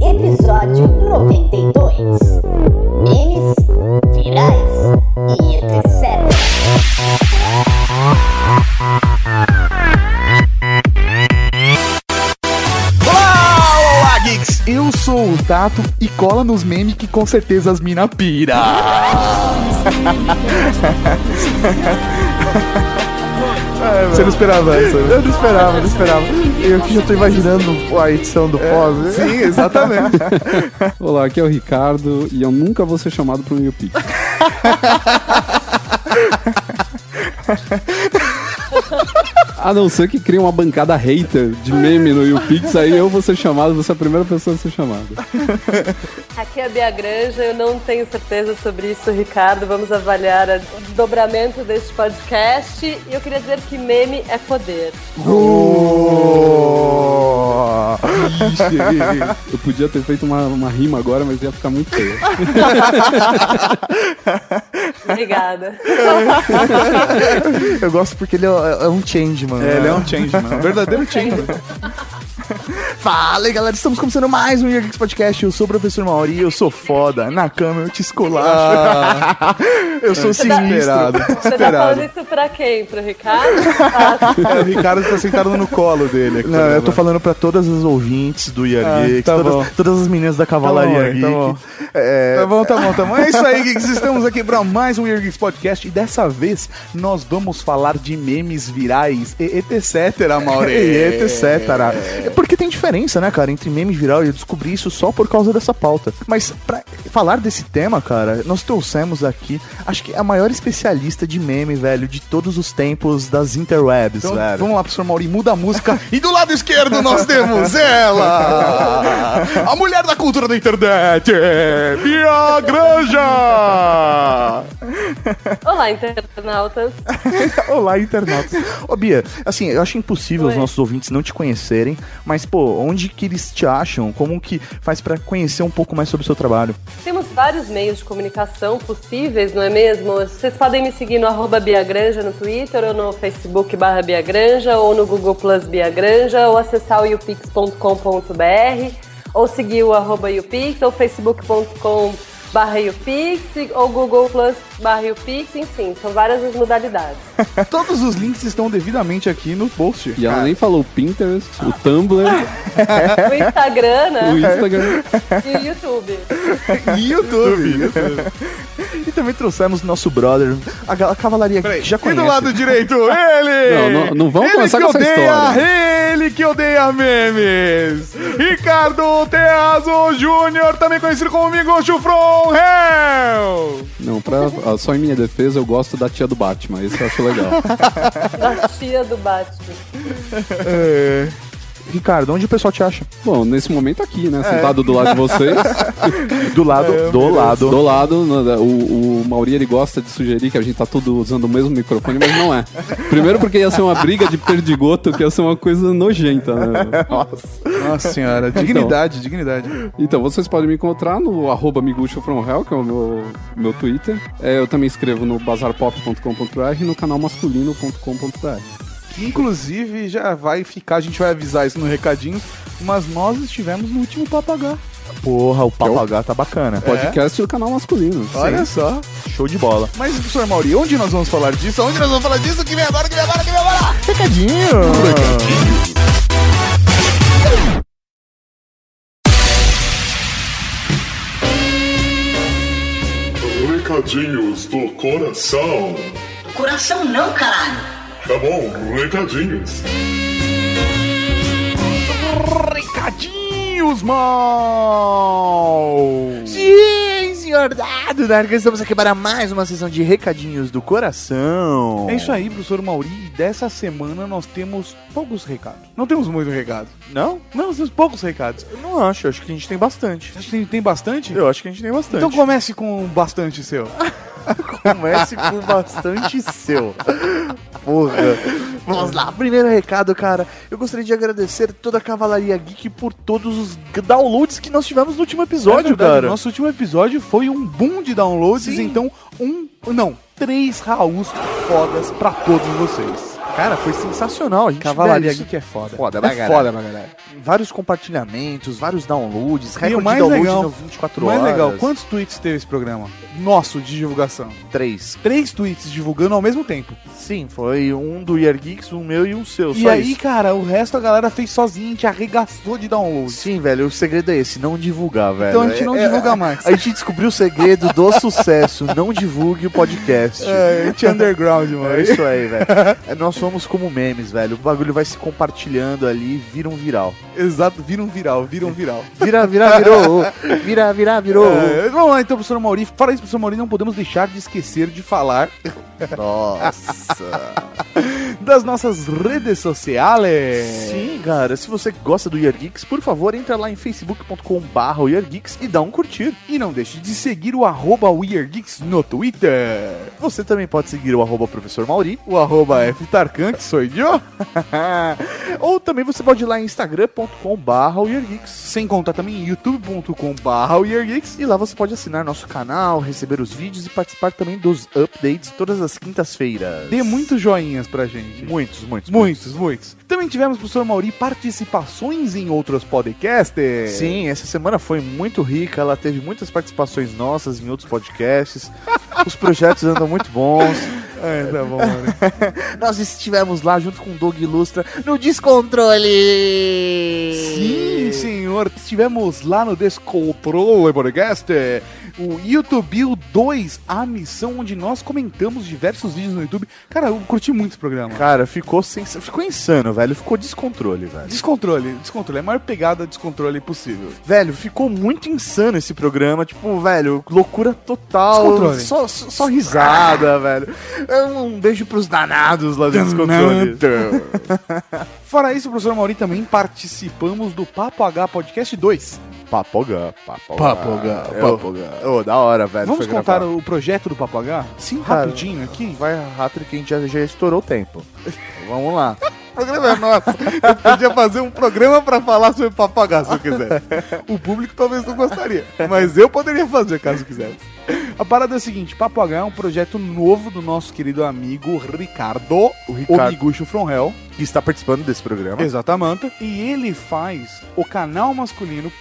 episódio 92. Memes, virais e etc. Olá, olá, geeks! Eu sou o Tato e cola nos memes que com certeza as mina pira. Você não esperava essa? né? Eu não esperava, não esperava. Eu que já tô imaginando a edição do né? pós. É, Sim, exatamente. Olá, aqui é o Ricardo e eu nunca vou ser chamado pro meu pique. A não ser que crie uma bancada hater de meme no YouPix, aí eu vou ser chamado, vou ser a primeira pessoa a ser chamada. Aqui é a Bia Granja, eu não tenho certeza sobre isso, Ricardo. Vamos avaliar a- o desdobramento deste podcast. E eu queria dizer que meme é poder. Oh! Ixi, eu podia ter feito uma, uma rima agora, mas ia ficar muito feio. Obrigada. Eu gosto porque ele é, é um change, mano. É, ele é um change, mano. Verdadeiro change. Fala aí, galera, estamos começando mais um Year Geeks Podcast. Eu sou o professor Mauri, eu sou foda. Na cama eu te escolacho. eu sou sinistro. Esperado. Você tá Esperado. falando isso pra quem? Pro Ricardo? É, o Ricardo tá sentado no colo dele. aqui, Não, eu né, tô falando pra todas as ouvintes do Year Ah, Geeks, tá bom. todas, todas as meninas da Cavalaria Tá bom, Geek. É, Tá bom, tá bom, tá bom. É isso aí, Geeks. Estamos aqui para mais um Weird Geeks Podcast. E dessa vez nós vamos falar de memes virais e etc, Maure. e etc. É Porque tem diferença, né, cara, entre meme viral e eu descobri isso só por causa dessa pauta. Mas pra falar desse tema, cara, nós trouxemos aqui, acho que a maior especialista de meme, velho, de todos os tempos das interwebs, Então, velho. vamos lá, professor Mauri, muda a música. E do lado esquerdo nós temos ela! A mulher da cultura da internet! Bia Granja! Olá, internautas. Olá, internautas. Ô, Bia, assim, eu acho impossível Oi. os nossos ouvintes não te conhecerem, mas, pô, onde que eles te acham? Como que faz pra conhecer um pouco mais sobre o seu trabalho? Temos vários meios de comunicação possíveis, não é mesmo? Vocês podem me seguir no arroba Bia Granja no Twitter, ou no Facebook barra Bia Granja, ou no Google Plus Bia Granja, ou acessar o youpix.com.br, ou seguir o arroba youpix, ou facebook.com barra youpix, ou google plus barra youpix, enfim, são várias as modalidades. Todos os links estão devidamente aqui no post. E ela nem falou o Pinterest, o Tumblr, O Instagram, o né? Instagram. E o YouTube. E YouTube. E também trouxemos nosso brother, a, ga- a Cavalaria Geek, Peraí, que já e conhece. do lado direito, ele! Não, não- não vamos ele começar que com essa odeia, história. Ele que odeia memes! Ricardo Teazo Júnior, também conhecido como Migocho From Hell! Não, pra, ó, só em minha defesa, eu gosto da tia do Batman, isso eu acho legal. Da tia do Batman. É, Ricardo, onde o pessoal te acha? Bom, nesse momento aqui, né, sentado do lado de vocês... Do lado, É, do lado. Do lado, no- o, o Mauri ele gosta de sugerir que a gente tá tudo usando o mesmo microfone, mas não é. Primeiro porque ia ser uma briga de perdigoto, que ia ser uma coisa nojenta, né? Nossa senhora, dignidade, dignidade. Então, vocês podem me encontrar no arroba miguxo from hell, que é o meu, meu Twitter. É, eu também escrevo no bazarpop.com.br e no canal masculino.com.br. Inclusive, já vai ficar, a gente vai avisar isso no recadinho, mas nós estivemos no último papagaio. Porra, o papagaio tá bacana. Podcast do canal masculino. Olha só. Show de bola. Mas, professor Mauri, onde nós vamos falar disso? Onde nós vamos falar disso? Que vem agora, que vem agora, que vem agora! Recadinho! Recadinhos do coração. Coração não, caralho. Tá bom, recadinhos. Recadinhos, mal! Sim, senhor Dado Narga, estamos aqui para mais uma sessão de recadinhos do coração. É isso aí, professor Mauri. E dessa semana nós temos poucos recados. Não temos muito recado. Não? Não, nós temos poucos recados. Eu não acho, eu acho que a gente tem bastante. Você acha que tem, tem bastante? Eu acho que a gente tem bastante. Então comece com bastante seu. comece com um bastante seu. Porra. Vamos lá, primeiro recado, cara. Eu gostaria de agradecer toda a Cavalaria Geek por todos os g- downloads que nós tivemos no último episódio, Na É verdade, cara. Nosso último episódio foi um boom de downloads, Sim. então um. Não, três Raús fodas pra todos vocês. Cara, foi sensacional. A gente Cavalaria velho, isso Geek é foda. Foda, pra é caralho. foda pra caralho. Vários compartilhamentos, vários downloads, recorde mais de download legal- no 24 O mais horas. legal, quantos tweets teve esse programa? Nosso, de divulgação. Três. Três tweets divulgando ao mesmo tempo. Sim, foi um do Year Geeks, um meu e um seu. e só aí, isso. cara, o resto a galera fez sozinha, a gente arregaçou de download. Sim, velho, o segredo é esse, não divulgar, velho. Então a gente não É- é- divulga mais. A gente descobriu o segredo do sucesso, não divulgue o podcast. É, a gente é underground, mano. É isso aí, velho. É, Nós somos como memes, velho. O bagulho vai se compartilhando ali, vira um viral. Exato, vira um viral, vira um viral. Vira, vira, virou. Vira, vira, virou. É, vamos lá então, professor Mauri. Fala isso, professor Mauri, não podemos deixar de esquecer de falar Nossa. das nossas redes sociais. Sim, cara. Se você gosta do Year Geeks, por favor, entra lá em facebook.com.br Geeks e dá um curtir. E não deixe de seguir o arroba WeAreGeeks no Twitter. Você também pode seguir o arroba professor Mauri. O arroba FTarkan, que sou eu. Ou também você pode ir lá em instagram.com.br Geeks. Sem contar também youtube.com.br E lá você pode assinar nosso canal, receber os vídeos e participar também dos updates todas as quintas-feiras. Dê muitos joinhas pra gente. Muitos, muitos, Muitos, muitos. Também tivemos, professor Mauri, participações em outros podcasts. Sim, essa semana foi muito rica, ela teve muitas participações nossas em outros podcasts. Os projetos andam muito bons. É, tá bom, mano. Nós estivemos lá junto com o Doug Ilustra no Descontrole. Sim, senhor. Estivemos lá no Descontrole Podcast, o YouTube 2, a missão onde nós comentamos diversos vídeos no YouTube. Cara, eu curti muito esse programa. Cara, ficou sens... ficou insano, velho. Ficou descontrole, velho. Descontrole, descontrole. É a maior pegada de descontrole possível. Velho, ficou muito insano esse programa. Tipo, velho, loucura total. Descontrole. Só, só, só risada, velho. Um beijo pros danados lá do Descontrole. Fora isso, professor Mauri, também participamos do Papo H Podcast 2. Papogá, papogá. Papogá, papogá. Ô, da hora, velho. Vamos foi contar gravado. o projeto do Papo H? Sim, cara. Rapidinho aqui. Vai rápido que a gente já, já estourou o tempo. Vamos lá. O programa é nosso. Eu podia fazer um programa pra falar sobre Papo H, se eu quiser. O público talvez não gostaria, mas eu poderia fazer caso quisesse. A parada é a seguinte, Papo H é um projeto novo do nosso querido amigo Ricardo, O o Ricardo Miguxo From Hell. que está participando desse programa. Exatamente. E ele faz o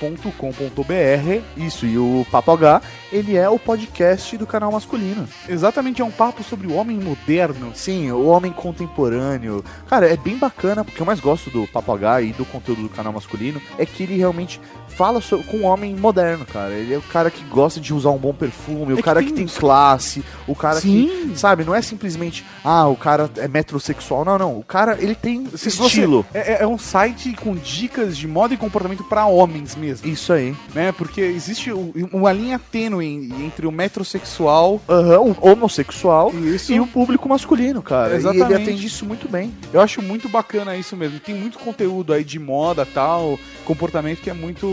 canalmasculino.com.br. Isso, e o Papo H, ele é o podcast do canal masculino. Exatamente, é um papo sobre o homem moderno. Sim, o homem contemporâneo. Cara, é bem bacana, porque eu mais gosto do Papo H e do conteúdo do canal masculino é que ele realmente fala so- com o homem moderno, cara. Ele é o cara que gosta de usar um bom perfume, É o que cara que tem tem classe, o cara que Sim. Sabe, não é simplesmente, ah, o cara é metrosexual. Não, não. O cara, ele tem Se você- estilo. É, é- é um site com dicas de moda e comportamento pra homens mesmo, Isso aí. né? Porque existe o- uma linha tênue en- entre o metrosexual Aham, o homossexual e isso. e o público masculino, cara. E ele Exatamente. atende isso muito bem. Eu acho muito bacana isso mesmo. Tem muito conteúdo aí de moda, tal, comportamento que é muito,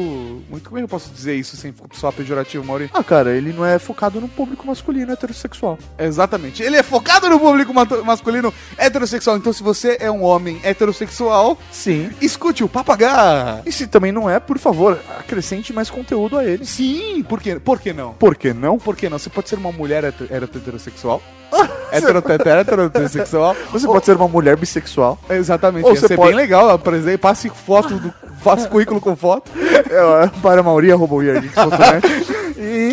muito como é que eu posso dizer isso sem soar pejorativo, Mauri? Ah, cara, ele não é focado no público masculino heterossexual. Exatamente. Ele é focado no público mato- masculino heterossexual. Então, se você é um homem heterossexual, Sim. escute o Papagá. E se também não é, por favor, acrescente mais conteúdo a ele. Sim, por que, por que não? Por que não? Por que não? Você pode ser uma mulher hetero- heterossexual. Ah! Heterossexual. Você pode ser uma mulher bissexual. Exatamente. Ou Ia você ser pode- bem legal. Apresentei, passe foto do. Faça currículo com foto. É, para Mauri, arroba o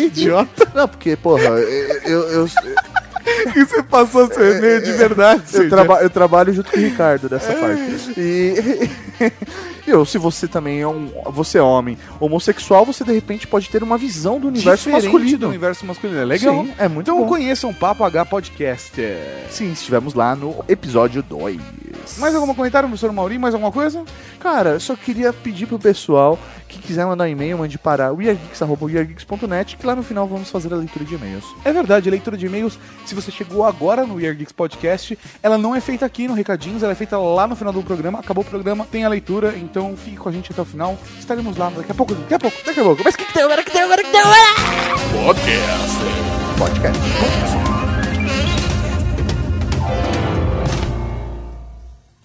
Idiota. Não, porque, porra, eu, eu, eu, E você passou seu e-mail de verdade. Eu, Cid. É. traba eu trabalho junto com o Ricardo dessa parte. E eu, se você também é um, você é homem homossexual, você de repente pode ter uma visão do universo Diferente masculino. do universo masculino. É legal. Sim, é muito então bom. conheçam o Papo H Podcast. Sim, estivemos lá no episódio 2. Mais algum comentário, professor Mauri? Mais alguma coisa? Cara, eu só queria pedir pro pessoal que quiser mandar um e-mail, mande para weargeeks.net, que lá no final vamos fazer a leitura de e-mails. É verdade, a leitura de e-mails, se você chegou agora no Year Geeks Podcast, ela não é feita aqui no Recadinhos, ela é feita lá no final do programa. Acabou o programa, tem a leitura, então fique com a gente até o final. Estaremos lá daqui a pouco, daqui a pouco, daqui a pouco. Mas que que tem agora, que tem agora, que tem agora?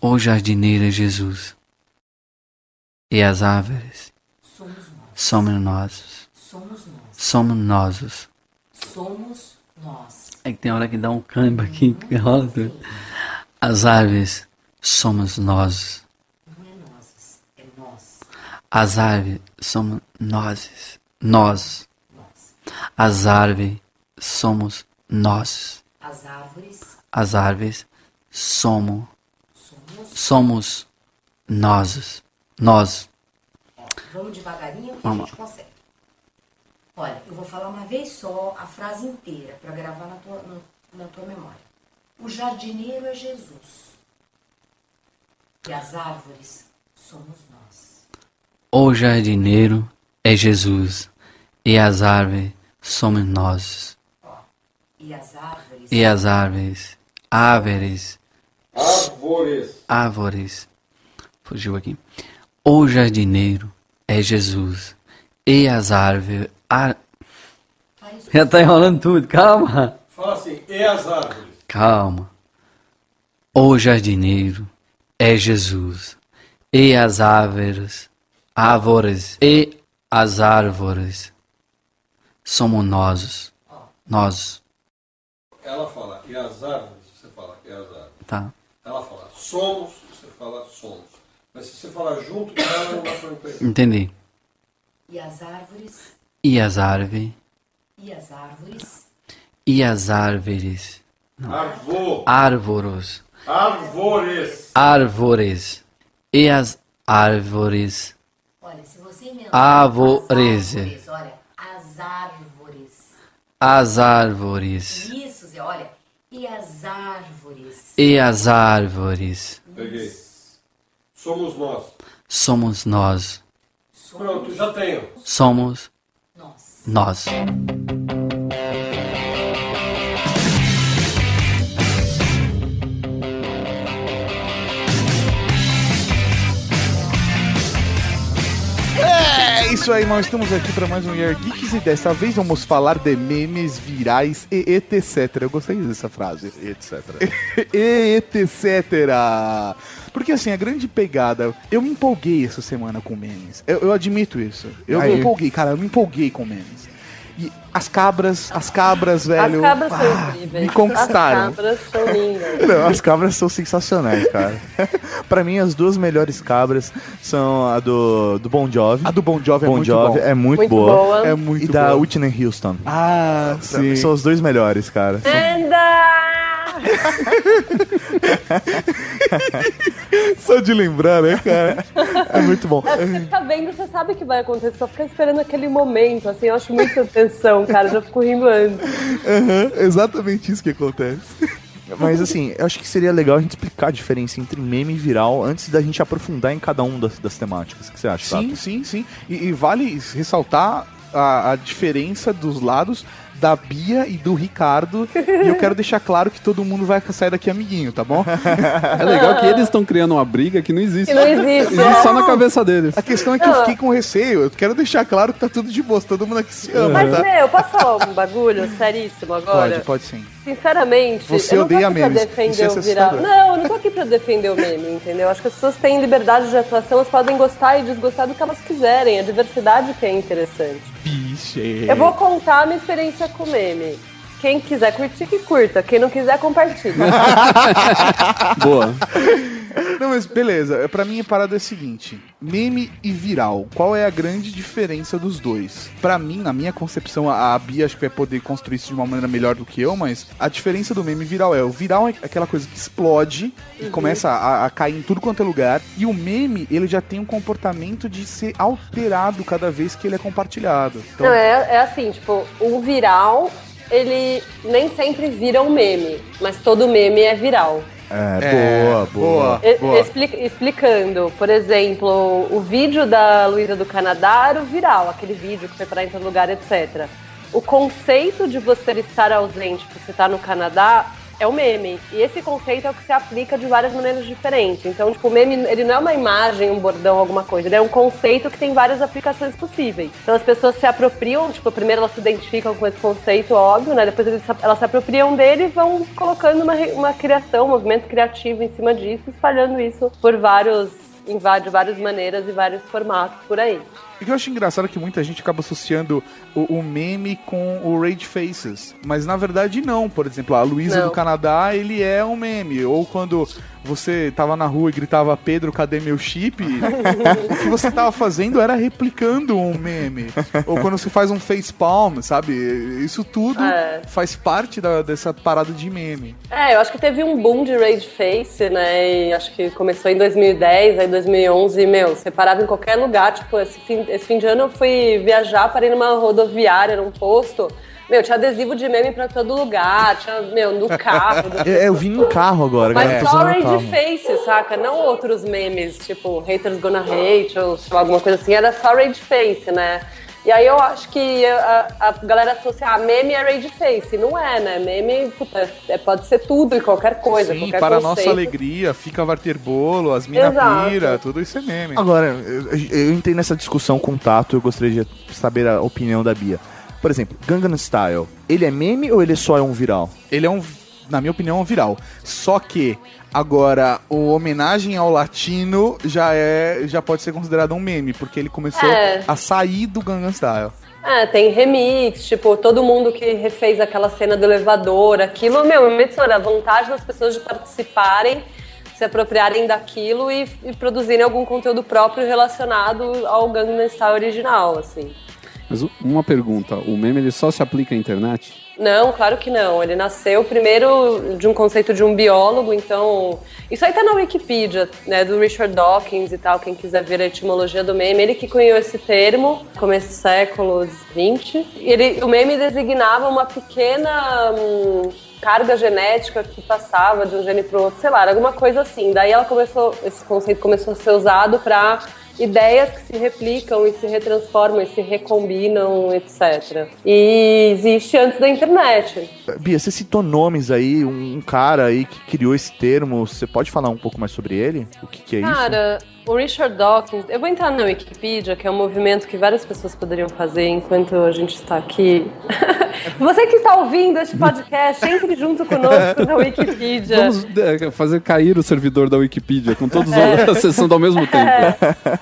Ó jardineiro é Jesus, e as árvores Somos nós. somos nós, Somos nós. somos nós. Somos nós. É que tem hora que dá um câmbio aqui que rola. é As árvores somos nós. Não é nós, é nós. As árvores somos nós. Nós. As árvores somos nós. As árvores As árvores somos somos nós. Nós. Vamos devagarinho que Vamos a gente consegue. Olha, eu vou falar uma vez só a frase inteira para gravar na tua, no- na tua memória. O jardineiro é Jesus. E as árvores somos nós. O jardineiro é Jesus e as árvores somos nós. E as árvores E as árvores, árvores, árvores, fugiu aqui. O jardineiro é Jesus e as árvores. ar- faz Já tá enrolando tudo, calma, Fala assim, e as árvores? calma. O jardineiro é Jesus e as árvores, árvores e as árvores somos nós, nós, Ela fala, e as árvores? Você fala, e as árvores? tá? Ela fala, somos, você fala, somos. Mas se você falar junto, ela não dá pra entender. Entendi. e as árvores E as árvores, e as árvores e as árvores. Arvo, árvores, árvores. árvores e as árvores, olha se você inventar Árvores. as árvores olha as as árvores árvores isso Zé, olha e as árvores e as árvores Peguei. Somos nós. somos nós, Pronto, já tenho. somos nós nós. É isso aí, nós estamos aqui para mais um Year Geeks e dessa vez vamos falar de memes virais e etc. Eu gostei dessa frase. Etc. e etc. Porque assim, a grande pegada. Eu me empolguei essa semana com memes. Eu, eu admito isso. Eu Aí. me empolguei, cara, eu me empolguei com memes. E as cabras, as cabras, velho. As cabras são ah, incríveis. me conquistaram. As cabras são lindas. Não, as cabras são sensacionais, cara. pra mim, as duas melhores cabras são a do, do Bon Jovi. A do Bon Jovi é Bon muito Jovi bom. é muito, Muito boa. boa. É muito E e da da Whitney Houston. Ah, sim. São os dois melhores, cara. Anda! Só de lembrar, né, cara? É muito bom. Você fica vendo, você sabe o que vai acontecer, só fica esperando aquele momento, assim, eu acho muita tensão, cara, já fico rindo antes. Aham, É exatamente isso que acontece. Mas assim, eu acho que seria legal a gente explicar a diferença entre meme e viral antes da gente aprofundar em cada um das, das temáticas. O que você acha, Sim, Sato? sim, sim. E, e vale ressaltar a, a diferença dos lados da Bia e do Ricardo. e eu quero deixar claro que todo mundo vai sair daqui amiguinho, tá bom? É legal que eles estão criando uma briga que não existe. né? Que Ah. não existe. Existe só na cabeça deles. A questão é Ah. que eu fiquei com receio. Eu quero deixar claro que tá tudo de boa, todo mundo aqui se ama, Mas, tá? meu, posso falar um bagulho seríssimo agora? Pode, pode sim. Sinceramente, Você eu não tô odeia aqui pra memes. Isso é defender o viral. assustador. Não, eu não tô aqui pra defender o meme, entendeu? Acho que as pessoas têm liberdade de atuação, elas podem gostar e desgostar do que elas quiserem. A diversidade que é interessante. Vixe. Eu vou contar a minha experiência com meme. Quem quiser curtir, que curta. Quem não quiser, compartilha. Boa. Não, mas beleza. Pra mim a parada é a seguinte: meme e viral. Qual é a grande diferença dos dois? Pra mim, na minha concepção, a a Bia acho que vai poder construir isso de uma maneira melhor do que eu, mas a diferença do meme e viral é: o viral é aquela coisa que explode Uhum. e começa a, a cair em tudo quanto é lugar, e o meme, ele já tem um comportamento de ser alterado cada vez que ele é compartilhado. Então, Não, é, é assim, tipo, o viral, ele nem sempre vira um meme, mas todo meme é viral. É, boa, boa. E- expli- explicando, por exemplo, o vídeo da Luísa do Canadá era o viral, aquele vídeo que foi pra em todo lugar, etc. O conceito de você estar ausente porque você está no Canadá é o meme. E esse conceito é o que se aplica de várias maneiras diferentes. Então, tipo, o meme, ele não é uma imagem, um bordão, alguma coisa. Ele é um conceito que tem várias aplicações possíveis. Então, as pessoas se apropriam, tipo, primeiro elas se identificam com esse conceito, óbvio, né? Depois eles se- elas se apropriam dele e vão colocando uma, re- uma criação, um movimento criativo em cima disso, espalhando isso por vários... em va- de várias maneiras e vários formatos por aí. O que eu acho engraçado é que muita gente acaba associando o, o meme com o Rage Faces. Mas na verdade não. Por exemplo, a Luísa Não. do Canadá, ele é um meme. Ou quando você tava na rua e gritava Pedro, cadê meu chip? o que você tava fazendo era replicando um meme. Ou quando você faz um facepalm, sabe? Isso tudo É. faz parte da- dessa parada de meme. É, eu acho que teve um boom de Rage Face, né? E acho que começou em 2010, aí 2011, meu, você parava em qualquer lugar. Tipo, esse fim, esse fim de ano eu fui viajar, parei numa rodoviária, num posto. Meu, tinha adesivo de meme pra todo lugar, tinha, meu, no carro. do- É, eu vim em carro agora, Mas galera. só tô usando Rage carro. Face, saca? Não outros memes, tipo haters gonna hate ou sei lá, alguma coisa assim. Era só Rage Face, né? E aí eu acho que a, a galera associa, ah, meme é Rage Face. Não é, né? Meme, puta, é- pode ser tudo e qualquer coisa, Sim, qualquer para a conceito. nossa alegria, fica Varter Bolo, as mina Exato. pira, tudo isso é meme. Agora, eu, eu entrei nessa discussão com o Tato, eu gostaria de saber a opinião da Bia. Por exemplo, Gangnam Style, ele é meme ou ele só é um viral? Ele é um, na minha opinião, um viral. Só que agora o homenagem ao latino já é, já pode ser considerado um meme, porque ele começou É. a sair do Gangnam Style. É, tem remix, tipo, todo mundo que refez aquela cena do elevador, aquilo, meu, é emissora, a vontade das pessoas de participarem, se apropriarem daquilo e, e produzirem algum conteúdo próprio relacionado ao Gangnam Style original, assim. Mas u- uma pergunta, o meme ele só se aplica à internet? Não, claro que não. Ele nasceu primeiro de um conceito de um biólogo, então. Isso aí tá na Wikipedia, né? Do Richard Dawkins e tal, quem quiser ver a etimologia do meme. Ele que cunhou esse termo no começo do século XX. Ele, o meme designava uma pequena hum, carga genética que passava de um gene pro outro, sei lá, era alguma coisa assim. Daí ela começou, esse conceito começou a ser usado para ideias que se replicam e se retransformam e se recombinam, etc. E existe antes da internet. Bia, você citou nomes aí, um, um cara aí que criou esse termo, você pode falar um pouco mais sobre ele? O que, que é Cara, o Richard Dawkins, eu vou entrar na Wikipedia, que é um movimento que várias pessoas poderiam fazer enquanto a gente está aqui. Você que está ouvindo este podcast, entre junto conosco na Wikipedia. Vamos é, fazer cair o servidor da Wikipedia com todos É. acessando ao mesmo tempo.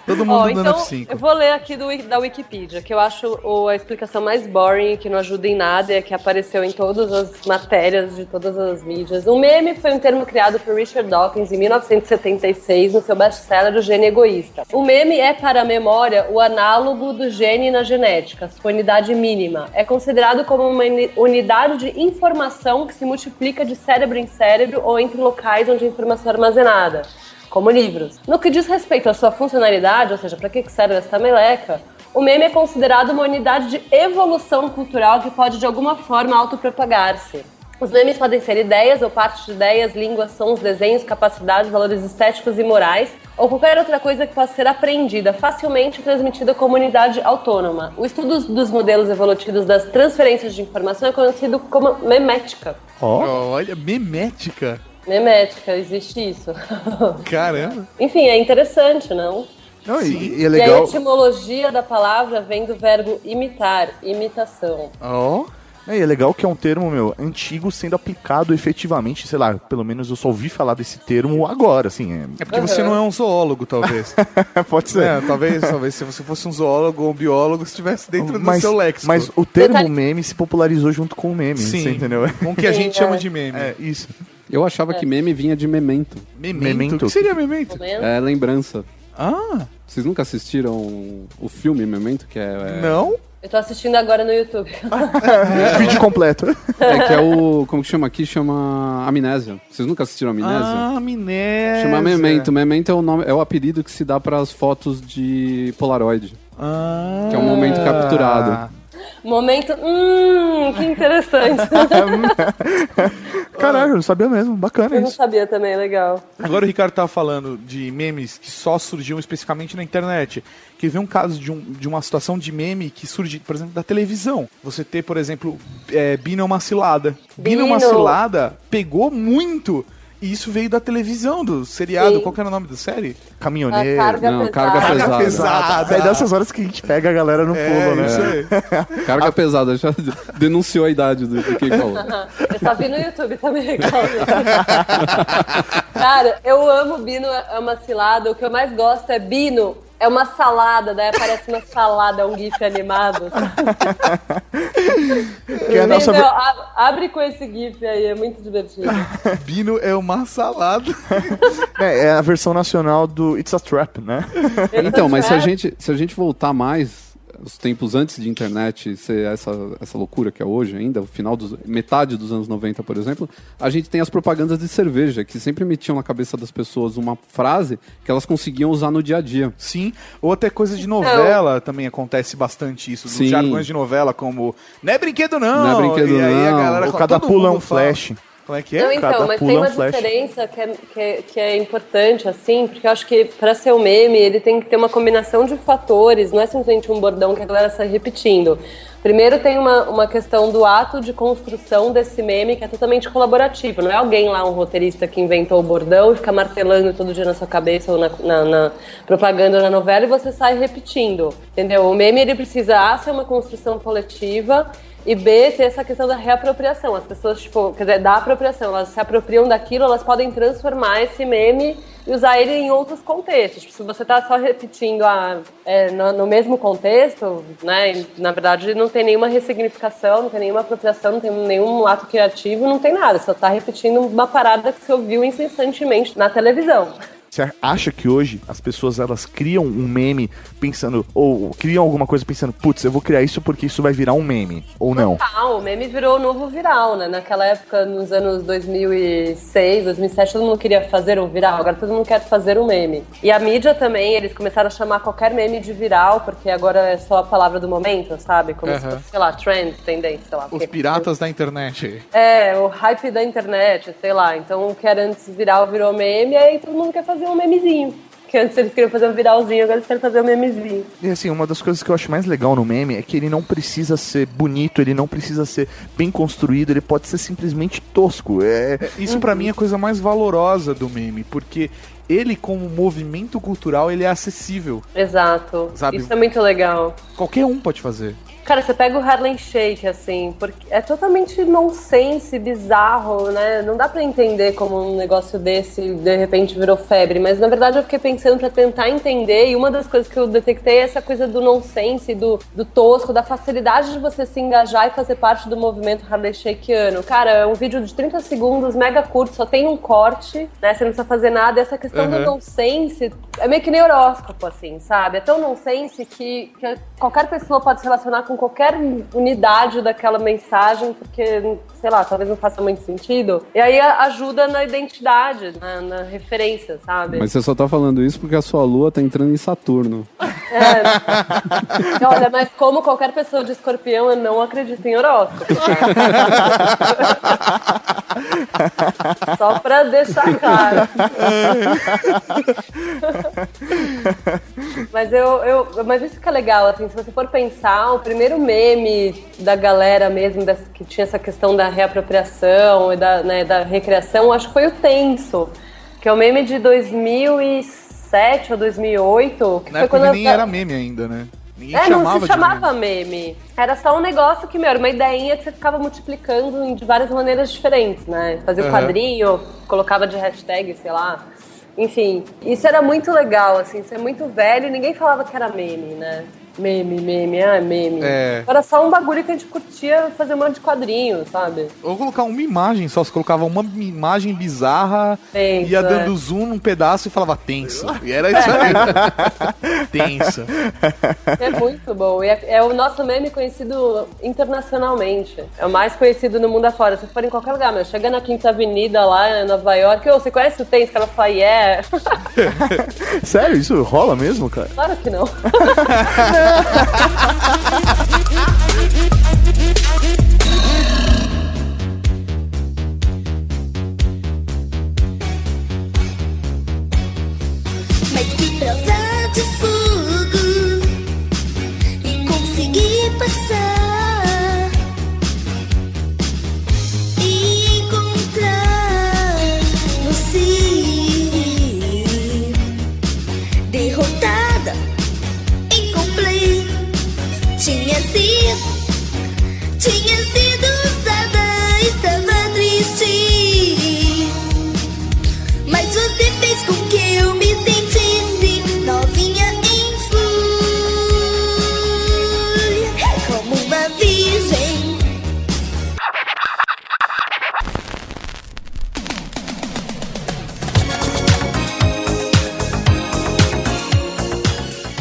Todo mundo Ó, dando então, F5. eu vou ler aqui do, da Wikipedia, que eu acho o- a explicação mais boring, que não ajuda em nada, é que apareceu em todas as matérias de todas as mídias. O meme foi um termo criado por Richard Dawkins em 1976, no seu best-seller O Gene Egoísta. O meme é, para a memória, o análogo do gene na genética, sua unidade mínima. É considerado como uma uni- unidade de informação que se multiplica de cérebro em cérebro ou entre locais onde a informação é armazenada como livros. No que diz respeito à sua funcionalidade, ou seja, para que que serve essa meleca, o meme é considerado uma unidade de evolução cultural que pode de alguma forma autopropagar-se. Os memes podem ser ideias ou partes de ideias, línguas, sons, desenhos, capacidades, valores estéticos e morais, ou qualquer outra coisa que possa ser aprendida, facilmente e transmitida como unidade autônoma. O estudo dos modelos evolutivos das transferências de informação é conhecido como memética. isso? Ó, Olha, memética. Memética, existe isso. Caramba. Enfim, é interessante, não? não, e, e é E a legal. etimologia da palavra vem do verbo imitar, imitação. Ó. É, e é legal que é um termo, meu, antigo sendo aplicado efetivamente, sei lá, pelo menos eu só ouvi falar desse termo agora, assim. É porque você não é um zoólogo, talvez. É, pode É, talvez, talvez se você fosse um zoólogo ou um biólogo, estivesse dentro do mas, seu léxico. mas o termo Detalhe- meme se popularizou junto com o meme, Sim. você entendeu? com o um que a gente Sim, chama é. de meme. É, isso. Eu achava que meme vinha de memento, Memento. Memento. O que seria memento? Momento. é lembrança. Ah, Vocês nunca assistiram o filme Memento, que é, é- não? Eu tô assistindo agora no YouTube. Vídeo completo. é, que é o. Como que chama aqui? Chama Amnésia. Vocês nunca assistiram Amnésia? Ah, amnésia. Chama Memento. Memento é o, nome, é o apelido que se dá para as fotos de Polaroid. Ah. Que é um momento capturado. Momento. Hum, que interessante. Caralho, eu não sabia mesmo. Bacana Eu não isso. sabia também, legal. Agora o Ricardo tava falando de memes que só surgiam especificamente na internet. Que veio um caso de, um- de uma situação de meme que surge, por exemplo, da televisão. Você ter, por exemplo, é, Bina é uma cilada. Bina é uma Bino. cilada pegou muito. E isso veio da televisão, do seriado. Sim. Qual que era o nome da série? A É Caminhoneiro. carga Não, carga pesada. pesada. É dessas horas que a gente pega a galera É, no pulo, né? Carga pesada, já denunciou a idade do, do que falou. Eu só vi no YouTube tá também, calma. Cara, eu amo Bino é uma cilada. O que eu mais gosto é Bino. É uma salada, daí aparece uma salada, um gif animado. sabe? Que é a nossa Meu, a- abre com esse gif aí, é muito divertido. Bino é uma salada. É, é a versão nacional do It's a Trap, né? Então, mas É. se a gente, se a gente voltar mais os tempos antes de internet ser essa, essa loucura que é hoje ainda, o final dos metade dos anos 90, por exemplo, a gente tem as propagandas de cerveja que sempre metiam na cabeça das pessoas uma frase que elas conseguiam usar no dia a dia. Sim. Ou até coisa de novela também acontece bastante isso. Sim. Dos jargões de novela, como. Não é brinquedo, não! Não é brinquedo, e aí não. A galera O fala, cada todo pulo é mundo um fala. flash. Como é que Não, é? cada então, mas pulo tem é um uma flash. diferença que é, que, é- que é importante, assim, porque eu acho que para ser um meme, ele tem que ter uma combinação de fatores, não é simplesmente um bordão que a galera sai repetindo. Primeiro tem uma, uma questão do ato de construção desse meme que é totalmente colaborativo. Não é alguém lá, um roteirista que inventou o bordão e fica martelando todo dia na sua cabeça ou na, na- na propaganda ou na novela e você sai repetindo. Entendeu? O meme ele precisa A ser uma construção coletiva e B, tem essa questão da reapropriação. As pessoas, tipo, quer dizer, da apropriação, elas se apropriam daquilo, elas podem transformar esse meme e usar ele em outros contextos. Tipo, se você tá só repetindo a, é, no, no mesmo contexto, né, e, na verdade não tem nenhuma ressignificação, não tem nenhuma apropriação, não tem nenhum ato criativo, não tem nada. Só tá repetindo uma parada que você ouviu incessantemente na televisão. Você acha que hoje as pessoas elas criam um meme pensando, ou criam alguma coisa pensando, putz, eu vou criar isso porque isso vai virar um meme, ou não? Total, o meme virou o novo viral, né? Naquela época, nos anos 2006, 2007, todo mundo queria fazer um viral, agora todo mundo quer fazer um meme. E a mídia também, eles começaram a chamar qualquer meme de viral, porque agora é só a palavra do momento, sabe? Como se Aham. fosse, sei lá, trend, tendência, sei lá. Os porque- piratas da internet. É, o hype da internet, sei lá. Então, o que era antes viral virou meme, aí todo mundo quer fazer um memezinho. Que antes eles queriam fazer um viralzinho, agora eles querem fazer um memezinho. E assim, uma das coisas que eu acho mais legal no meme é que ele não precisa ser bonito, ele não precisa ser bem construído, ele pode ser simplesmente tosco. É, Isso pra mim é a coisa mais valorosa do meme, porque ele, como movimento cultural, ele é acessível. Exato. Sabe- Isso é muito legal. Qualquer um pode fazer. Cara, você pega o Harlem Shake, assim, porque é totalmente nonsense, bizarro, né? Não dá pra entender como um negócio desse de repente virou febre, mas na verdade eu fiquei pensando pra tentar entender e uma das coisas que eu detectei é essa coisa do nonsense, do, do tosco, da facilidade de você se engajar e fazer parte do movimento Harlem Shakeano. Cara, é um vídeo de 30 segundos, mega curto, só tem um corte, né? Você não precisa fazer nada. E essa questão do Uhum. nonsense é meio que nem horóscopo, assim, sabe? É tão nonsense que, que qualquer pessoa pode se relacionar com qualquer unidade daquela mensagem, porque, sei lá, talvez não faça muito sentido. E aí a- ajuda na identidade, na, na referência, sabe? Mas você só tá falando isso porque a sua lua tá entrando em Saturno. E Olha, mas como qualquer pessoa de escorpião, eu não acredito em horóscopo. cara. Só pra deixar claro. mas eu, eu. Mas isso que é legal, assim, se você for pensar, o primeiro meme da galera mesmo, das- que tinha essa questão da reapropriação e da, né, da recriação, acho que foi o Tenso. Que é o meme de 2007 ou 2008. Que Na foi quando a- época né? nem era meme ainda, né? Ninguém é, chamava não se de meme. chamava meme. Era só um negócio que, meu, era uma ideinha que você ficava multiplicando em- de várias maneiras diferentes, né? Fazia o Aham. quadrinho, colocava de hashtag, sei lá. Enfim, isso era muito legal, assim, isso é muito velho e ninguém falava que era meme, né? Meme, meme, ah, meme. É. Era só um bagulho que a gente curtia fazer um monte de quadrinho, sabe? Ou colocar uma imagem só, se colocava uma imagem bizarra, Tenso, ia é. dando zoom num pedaço e falava tenso. E era isso aí. tenso. É muito bom. E é, é o nosso meme conhecido internacionalmente. É o mais conhecido no mundo afora. Se for em qualquer lugar, meu, chega na Quinta Avenida lá em Nova York, ô, você conhece o Tens? Que ela fala, yeah. Sério, isso rola mesmo, cara? claro que não. Mas que prosa de fogo e consegui passar e encontrar você derrotada, incompleta. Tinha sido, tinha sido usada, estava triste. Mas você fez com que eu me sentisse novinha em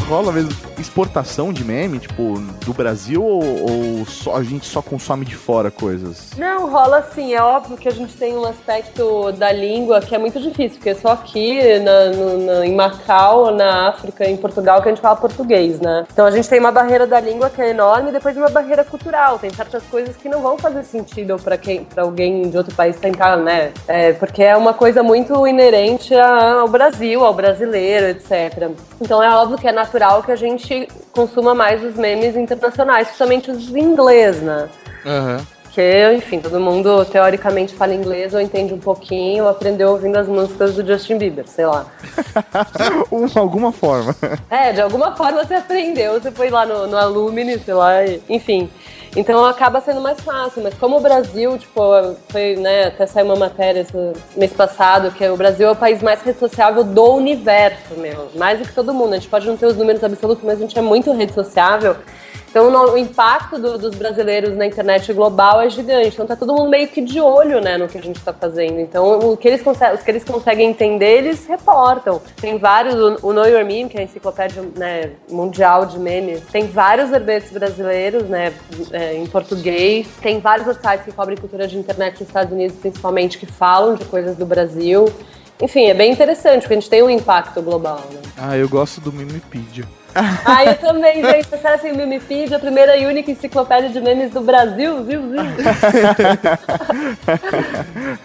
rola mesmo exportação de meme, tipo, do Brasil ou, ou só- a gente só consome de fora coisas? Não, rola assim. É óbvio que a gente tem um aspecto da língua que é muito difícil, porque só aqui na- no- na- em Macau, na África, em Portugal, que a gente fala português, né? Então a gente tem uma barreira da língua que é enorme e depois uma barreira cultural. Tem certas coisas que não vão fazer sentido para quem, para alguém de outro país tentar, né? É, porque é uma coisa muito inerente a- ao Brasil, ao brasileiro, etc. Então é óbvio que é natural que a gente consuma mais os memes internacionais, principalmente os em inglês, né? Porque, enfim, todo mundo teoricamente fala inglês ou entende um pouquinho, ou aprendeu ouvindo as músicas do Justin Bieber, sei lá. Ou de alguma forma. É, de alguma forma você aprendeu, você foi lá no, no Alumni, sei lá, e- enfim. Então acaba sendo mais fácil, mas como o Brasil, tipo, foi, né, até saiu uma matéria esse mês passado, que o Brasil é o país mais rede sociável do universo, meu. Mais do que todo mundo. A gente pode não ter os números absolutos, mas a gente é muito rede sociável. Então no- o impacto do- dos brasileiros na internet global é gigante. Então tá todo mundo meio que de olho, né, no que a gente tá fazendo. Então o que eles conseguem, os que eles conseguem entender, eles reportam. Tem vários, o- o Know Your Meme, que é a enciclopédia né, mundial de memes, tem vários verbetes brasileiros, né, é, em português. Tem vários outros sites que cobrem cultura de internet nos Estados Unidos, principalmente, que falam de coisas do Brasil. Enfim, é bem interessante, porque a gente tem um impacto global, né? Ah, eu gosto do Mimipedia. Ah, eu assim, também, gente. Acessem o Mimipedia, a primeira e única enciclopédia de memes do Brasil, viu, viu?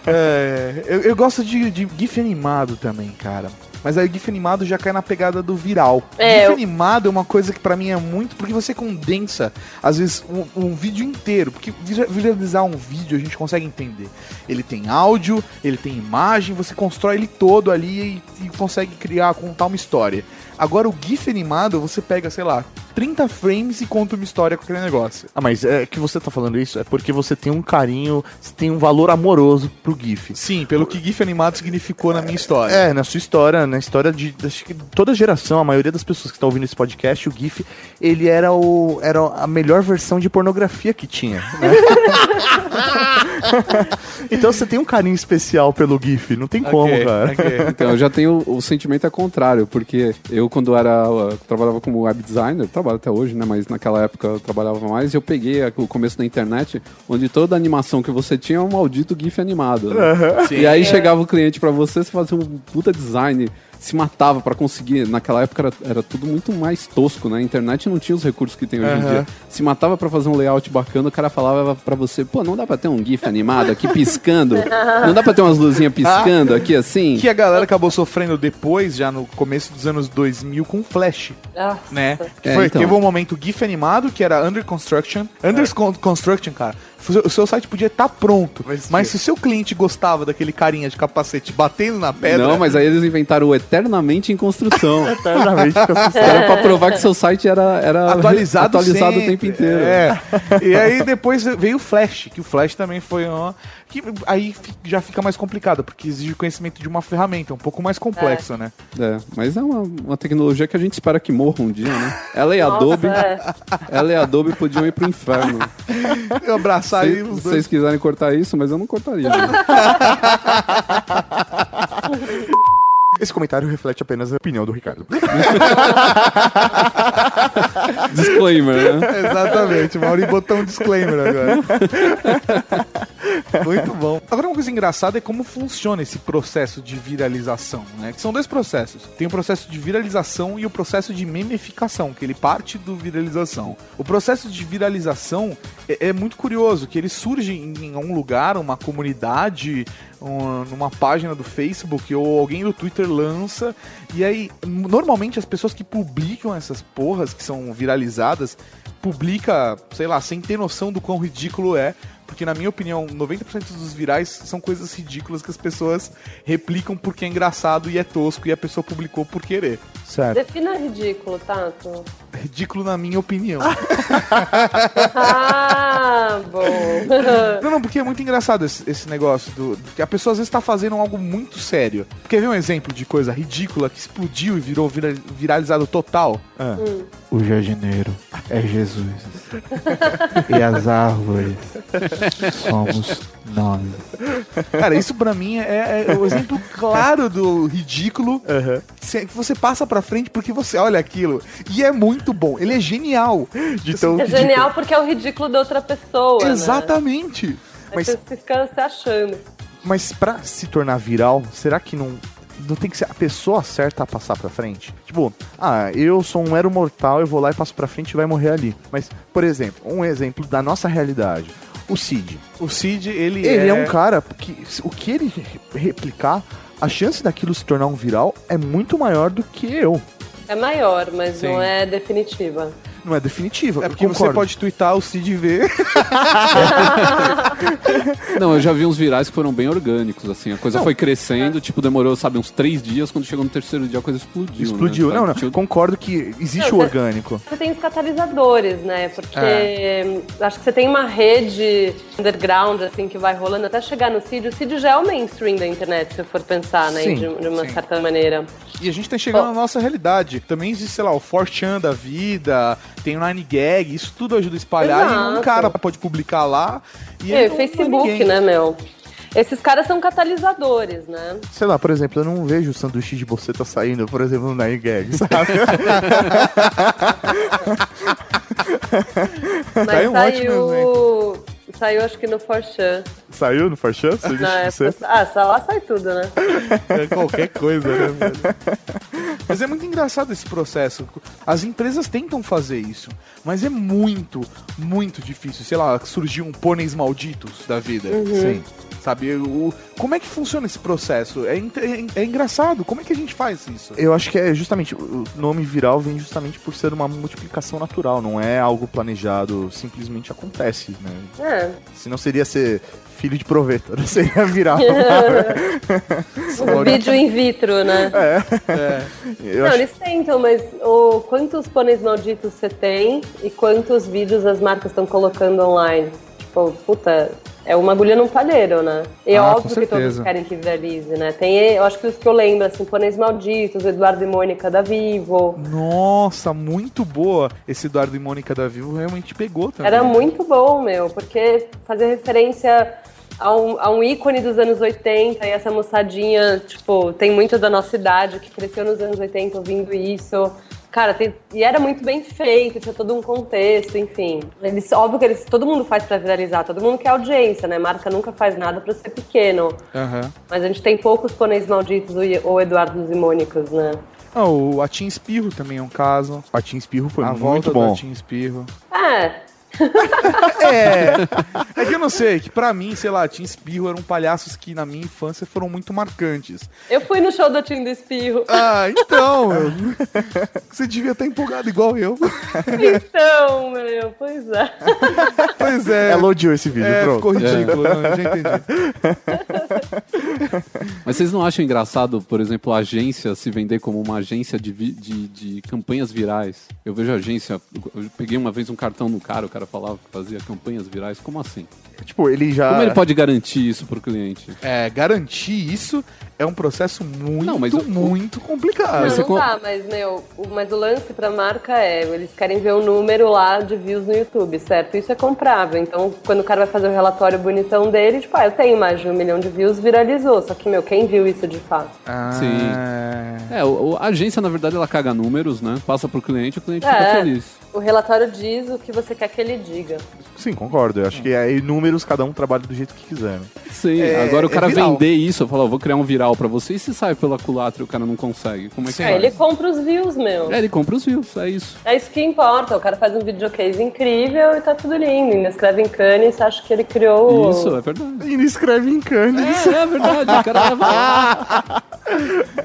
É, eu, eu gosto de, de GIF animado também, cara. Mas aí o GIF animado já cai na pegada do viral. É, GIF eu- animado é uma coisa que pra mim é muito. Porque você condensa, às vezes, um, um vídeo inteiro. Porque visa- visualizar um vídeo a gente consegue entender. Ele tem áudio, ele tem imagem, você constrói ele todo ali e, e consegue criar, contar uma história. Agora o GIF animado, você pega, sei lá, 30 frames e conta uma história com aquele negócio. Ah, mas é que você tá falando isso é porque você tem um carinho, você tem um valor amoroso pro GIF. Sim, pelo que GIF animado significou na minha história. É, na sua história, na história de acho que toda geração, a maioria das pessoas que estão ouvindo esse podcast, o GIF, ele era, o, era a melhor versão de pornografia que tinha. né? então você tem um carinho especial pelo GIF, não tem como, Ok, cara. ok. Então, eu já tenho o sentimento é contrário, porque eu, quando era. eu trabalhava como web designer, trabalho até hoje, né? Mas naquela época eu trabalhava mais, eu peguei a- o começo da internet, onde toda animação que você tinha é um maldito GIF animado. né? E aí chegava o cliente pra você, você fazia um puta design, se matava pra conseguir. Naquela época era, era tudo muito mais tosco, né? A internet não tinha os recursos que tem hoje em dia. Se matava pra fazer um layout bacana, o cara falava pra você, pô, não dá pra ter um GIF animado aqui piscando? Não dá pra ter umas luzinhas piscando aqui assim? que a galera acabou sofrendo depois, já no começo dos anos 2000, com Flash, Ah, né? Que É, foi, então. É. Teve um momento GIF animado, que era Under Construction. Under Con- Construction, cara, o seu- o seu site podia estar pronto, mas, se o seu cliente gostava daquele carinha de capacete batendo na pedra... É, tá Não, mas aí eles inventaram o Eternamente em Construção. Eternamente com essa história. era pra provar que seu site era, era Atualizado, atualizado o sempre, tempo inteiro. É. E aí depois veio o Flash, que o Flash também foi uma. Que aí fi- já fica mais complicado, porque exige conhecimento de uma ferramenta, é um pouco mais complexo, né? É, mas é uma, uma tecnologia que a gente espera que morra um dia, né? Ela e nossa, Adobe, é. ela e Adobe podiam ir pro inferno. Eu abraçar Tá aí Se os dois. vocês quiserem cortar isso, mas eu não cortaria. né? Esse comentário reflete apenas a opinião do Ricardo. Disclaimer, né? Exatamente, o Mauri botou um disclaimer agora. Muito bom. Agora, uma coisa engraçada é como funciona esse processo de viralização, né? Que são dois processos. Tem o processo de viralização e o processo de memificação, que ele parte do viralização. O processo de viralização é, é muito curioso, que ele surge em, em um lugar, uma comunidade, um- numa página do Facebook ou alguém do Twitter lança e aí, m- normalmente as pessoas que publicam essas porras que são viralizadas, publica, sei lá, sem ter noção do quão ridículo é, porque na minha opinião, 90% dos virais são coisas ridículas que as pessoas replicam porque é engraçado e é tosco e a pessoa publicou por querer. É Certo. Defina ridículo, Tato. Ridículo na minha opinião. Ah, bom. Não, não, porque é muito engraçado esse, esse negócio do, do que a pessoa às vezes tá fazendo algo muito sério. Quer ver um exemplo de coisa ridícula que explodiu e virou vira- viralizado total? O jardineiro é Jesus. e as árvores somos nós. Cara, isso pra mim é, é o exemplo claro do ridículo Você você passa pra frente porque você olha aquilo. E é muito bom. Ele é genial. Assim, De tão É ridículo. genial porque é o ridículo da outra pessoa. né? Exatamente. Aí Mas Você fica se achando. Mas pra se tornar viral, será que não. Não tem que ser a pessoa certa a passar pra frente? Tipo, ah, eu sou um mero mortal, eu vou lá e passo pra frente e vai morrer ali. Mas, por exemplo, um exemplo da nossa realidade. O Cid. o Cid, ele, Ele é um cara. cara que se- o que ele re- replicar, a chance daquilo se tornar um viral é muito maior do que eu. É maior, mas Sim. não é definitiva. Não é definitiva. É porque você concordo. pode twittar o Cid ver. Não, eu já vi uns virais que foram bem orgânicos, assim. A coisa foi crescendo, tipo, demorou, sabe, uns três dias. Quando chegou no terceiro dia, a coisa explodiu. Explodiu. né, não, sabe? não. Tinha- Concordo que existe Não, o você- orgânico. Você tem os catalisadores, né? Porque É. hum, acho que você tem uma rede underground, assim, que vai rolando até chegar no Cid. O Cid já é o mainstream da internet, se eu for pensar, né? Sim, de, de uma sim. certa maneira. E a gente tá chegando na nossa realidade. Também existe, sei lá, o 4chan da vida, tem o 9gag, isso tudo ajuda a espalhar. E um Exato. cara pode publicar lá. E E ele o não- É, Facebook, ninguém. né, meu? Esses caras são catalisadores, né? Sei lá, por exemplo, eu não vejo o sanduíche de boceta saindo, por exemplo, no Nine Gag, sabe? Mas Saiu um ótimo saiu. Saiu acho que no Forchan. Saiu no Farchan? Na época. Ah, só lá sai tudo, né? É qualquer coisa, né? velho? Mas é muito engraçado esse processo. As empresas tentam fazer isso, mas é muito, muito difícil. Sei lá, surgiu um pôneis malditos da vida. Sim. Sabe, o, como é que funciona esse processo? É, inte- é engraçado, como é que a gente faz isso? Eu acho que é justamente, o nome viral vem justamente por ser uma multiplicação natural, não é algo planejado, simplesmente acontece, né? É. Senão seria ser filho de proveta, não seria viral. O tá. vídeo in vitro, né? Eu Não, acho- eles tentam, mas o, quantos pôneis malditos você tem e quantos vídeos as marcas estão colocando online? Tipo, puta, é uma agulha num palheiro, né? E é Ah, com óbvio que todos certeza. querem que viralize, né? Tem, eu acho que os que eu lembro, assim, pôneis malditos, Eduardo e Mônica da Vivo. Nossa, muito boa. Esse Eduardo e Mônica da Vivo realmente pegou Tá também. Era muito bom, meu, porque fazia referência a um, a um ícone dos anos 80 e essa moçadinha, tipo, tem muito da nossa idade que cresceu nos anos 80 ouvindo isso. Cara, tem- e era muito bem feito, tinha todo um contexto, enfim. Eles, óbvio que eles, todo mundo faz pra viralizar, todo mundo quer audiência, né? Marca nunca faz nada pra ser pequeno. Aham. Mas a gente tem poucos pôneis malditos ou- ou Eduardo e Mônicas, né? Ah, o a Tim Espirro também é um caso. A Tim Espirro foi a muito volta bom. do Tim Espirro. É, É. É que eu não sei, que pra mim, sei lá, Tim Espirro eram palhaços que na minha infância foram muito marcantes. eu fui no show do Tim do Espirro. Ah, então. meu. Você devia estar empolgado igual eu. Então, meu, pois é. Pois é. Ela odiou esse vídeo, é, pronto. ficou ridículo, não, eu já entendi. Mas vocês não acham engraçado, por exemplo, a agência se vender como uma agência de, vi- de, de campanhas virais? Eu vejo a agência. Eu peguei uma vez um cartão no cara, o cara falava que fazia campanhas virais. Como assim? Tipo, ele já... Ah. Como ele pode garantir isso pro cliente? É, garantir isso é um processo muito, Não, mas o- muito complicado. Não, Mas você não com- dá, mas, meu, o, mas o lance pra marca é, eles querem ver o número lá de views no YouTube, certo? Isso é comprável. Então, quando o cara vai fazer o relatório bonitão dele, tipo, ah, eu tenho mais de um milhão de views, viralizou. Só que, meu, quem viu isso de fato? Ah. Sim. É, o- o- a agência, na verdade, ela caga números, né? Passa pro cliente, o cliente É. fica feliz. O relatório diz o que você quer que ele diga. Sim, concordo. Eu acho que aí números, cada um trabalha do jeito que quiser. né? Sim, É, agora o é cara viral. vender isso, eu falo, ó, vou criar um viral pra você, e se sai pela culatra e o cara não consegue? Como é que Sim. Aí faz? ele compra os views, meu. É, ele compra os views, é isso. É isso que importa. O cara faz um videocase incrível e tá tudo lindo. Ainda escreve em Cannes, acha que ele criou... Isso, é verdade. E não escreve em cane. É, é verdade, o cara leva lá.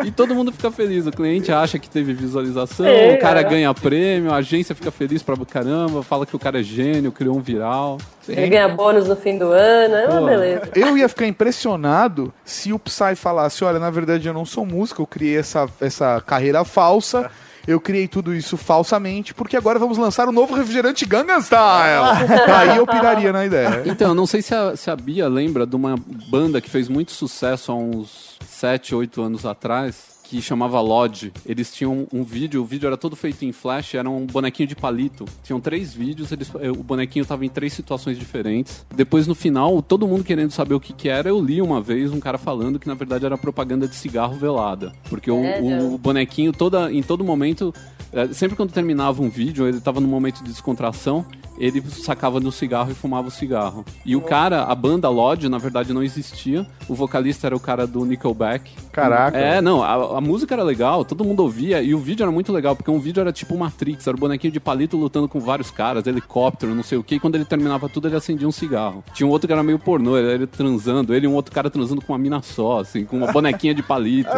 E todo mundo fica feliz. O cliente acha que teve visualização, É. o cara ganha prêmio, a agência fica feliz pra caramba, fala que o cara é gênio, criou um viral. Ele ganha bônus no fim do ano, é uma Pô. beleza. Eu ia ficar impressionado se o Psy falasse: olha, na verdade eu não sou músico, eu criei essa, essa carreira falsa. Eu criei tudo isso falsamente, porque agora vamos lançar o novo refrigerante Gangnam Style. Aí eu piraria na ideia. Então, eu não sei se a, se a Bia lembra de uma banda que fez muito sucesso há uns 7, 8 anos atrás, que chamava Lodge. Eles tinham um vídeo, o vídeo era todo feito em flash, era um bonequinho de palito. Tinham três vídeos, eles, eh, o bonequinho tava em três situações diferentes. Depois, no final, todo mundo querendo saber o que que era, eu li uma vez um cara falando que, na verdade, era propaganda de cigarro velada. Porque o- o, Sério? o bonequinho, toda, em todo momento, eh, sempre quando terminava um vídeo, ele tava num momento de descontração, ele sacava no cigarro e fumava o cigarro. E o cara, a banda Lodge, na verdade, não existia. O vocalista era o cara do Nickelback. Caraca. É, não, a, a música era legal, todo mundo ouvia, e o vídeo era muito legal, porque um vídeo era tipo Matrix, era o bonequinho de palito lutando com vários caras, helicóptero, não sei o que, e quando ele terminava tudo, ele acendia um cigarro. Tinha um outro que era meio pornô, ele, ele transando, ele e um outro cara transando com uma mina só, assim, com uma bonequinha de palito.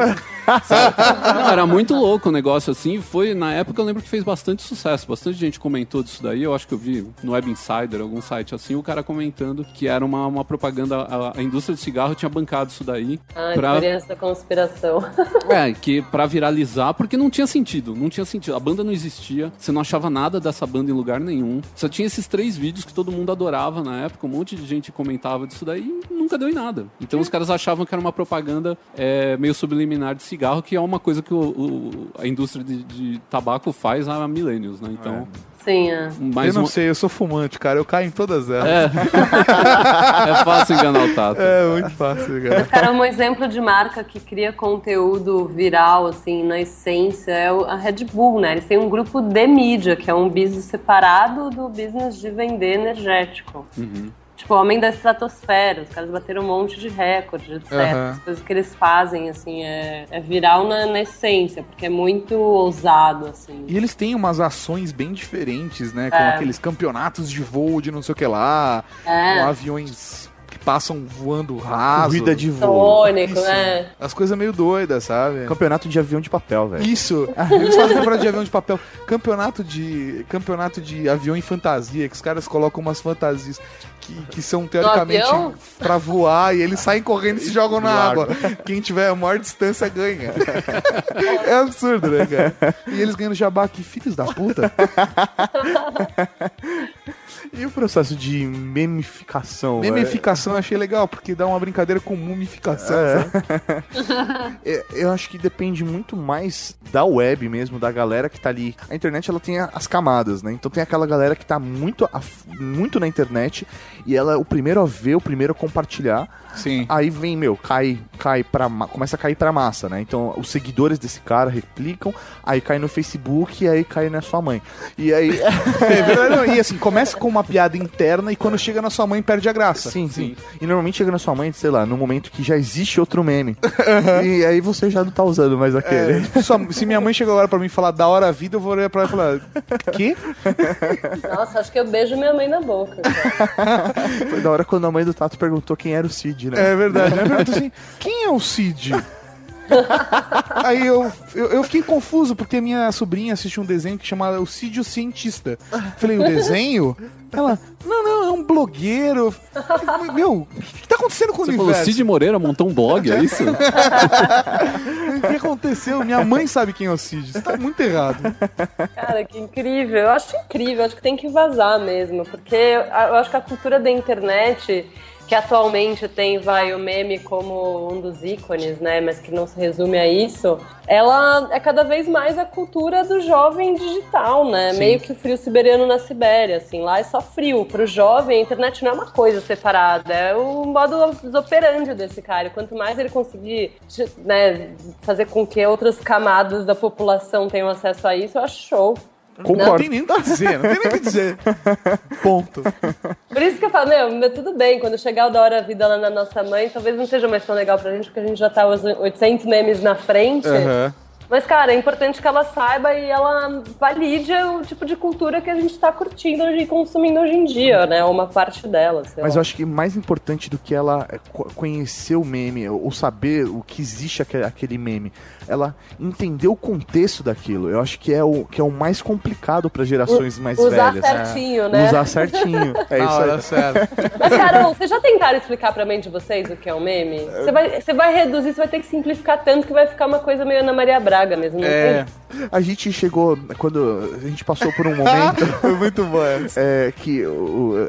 sabe? Não, era muito louco o negócio, assim, e foi, na época eu lembro que fez bastante sucesso, bastante gente comentou disso daí, eu acho que eu vi no Web Insider, algum site assim, o cara comentando que era uma, uma propaganda, a, a indústria de cigarro tinha bancado isso daí. Ah, pra- experiência da conspiração. é, que pra viralizar, porque não tinha sentido, não tinha sentido. A banda não existia, você não achava nada dessa banda em lugar nenhum. Só tinha esses três vídeos que todo mundo adorava na época, um monte de gente comentava disso daí e nunca deu em nada. Então os caras achavam que era uma propaganda é, meio subliminar de cigarro, que é uma coisa que o- o- a indústria de, de tabaco faz há milênios, né? Então, Sim, é. Eu mais não um... sei, eu sou fumante, cara. Eu caio em todas elas. É, É fácil enganar o Tato. muito fácil, cara. Esse cara é um exemplo de marca que cria conteúdo viral, assim, na essência, é o- a Red Bull, né? Eles têm um grupo de mídia, que é um business separado do business de vender energético. Uhum. Tipo, Homem da Estratosfera, os caras bateram um monte de recorde, etc. Aham. As coisas que eles fazem, assim, é, é viral na, na essência, porque é muito ousado, assim. E eles têm umas ações bem diferentes, né? Com É. aqueles campeonatos de voo de não sei o que lá, com É, aviões que passam voando raso. Corrida de voo. tônico, Isso. né? As coisas meio doidas, sabe? Campeonato de avião de papel, É. velho. Isso, eles fazem campeonato de avião de papel. Campeonato de, campeonato de avião em fantasia, que os caras colocam umas fantasias que, que são teoricamente avião? pra voar e eles saem correndo e se jogam na No ar. água. Quem tiver a maior distância ganha. É absurdo, né, cara? E eles ganham jabá aqui, filhos da puta. E o processo de memificação? é, velho? Memificação eu achei legal, porque dá uma brincadeira com mumificação. sabe? É, Eu acho que depende muito mais da web mesmo, da galera que tá ali. A internet ela tem a- as camadas, né? Então tem aquela galera que tá muito, af- muito na internet e ela é o primeiro a ver, o primeiro a compartilhar. Sim. Aí vem, meu, cai, cai pra, ma- começa a cair pra massa, né? Então os seguidores desse cara replicam, aí cai no Facebook e aí cai na sua mãe. E aí. É verdade, não, e assim, começa com uma piada interna e quando chega na sua mãe perde a graça. Sim, sim. E normalmente chega na sua mãe, sei lá, no momento que já existe outro meme. E aí você já não tá usando mais aquele. É, tipo, sua- se minha mãe chegar agora pra mim e falar da hora a vida, eu vou olhar pra ela e falar, que? Nossa, acho que eu beijo minha mãe na boca. cara. Foi da hora quando a mãe do Tato perguntou quem era o Cid, né? É verdade. Eu pergunto assim, quem é o Cid? Aí eu, eu, eu fiquei confuso, porque minha sobrinha assistiu um desenho que chamava O Cid o Cientista. É. Falei, o desenho? Ela, não, não, é um blogueiro. Meu, o que tá acontecendo com Você o falou, universo? Cid Moreira montou um blog, é isso? O que aconteceu? Minha mãe sabe quem é o Cid. Isso tá muito errado. Cara, que incrível. Eu acho incrível, eu acho que tem que vazar mesmo, porque a- eu acho que a cultura da internet, que atualmente tem, vai, o meme como um dos ícones, né, mas que não se resume a isso, ela é cada vez mais a cultura do jovem digital, né, meio que o frio siberiano na Sibéria, assim, lá é só frio. Pro jovem, a internet não é uma coisa separada, é o modo operandi desse cara. E Quanto mais ele conseguir, né, fazer com que outras camadas da população tenham acesso a isso, eu acho show. Não tem nem o que dizer, não tem nem o que dizer. Ponto. Por isso que eu falo, meu, meu, tudo bem, quando chegar o da hora da vida lá na nossa mãe, talvez não seja mais tão legal pra gente, porque a gente já tá os 800 memes na frente. Mas, cara, é importante que ela saiba e ela valide o tipo de cultura que a gente tá curtindo e consumindo hoje em dia, né? Uma parte dela, sei Mas eu lá. acho que mais importante do que ela é, co- conhecer o meme, ou saber o que existe aque- aquele meme, ela entender o contexto daquilo. Eu acho que é o, que é o mais complicado para gerações mais Usar velhas. certinho, né? Usar certinho. É Na isso aí. hora certa. Mas, Carol, vocês já tentaram explicar pra mãe de vocês o que é um meme? Você vai, você vai reduzir, você vai ter que simplificar tanto que vai ficar uma coisa meio Ana Maria Braga mesmo, não É, tem? A gente chegou, quando a gente passou por um momento foi muito bom essa. é, que o-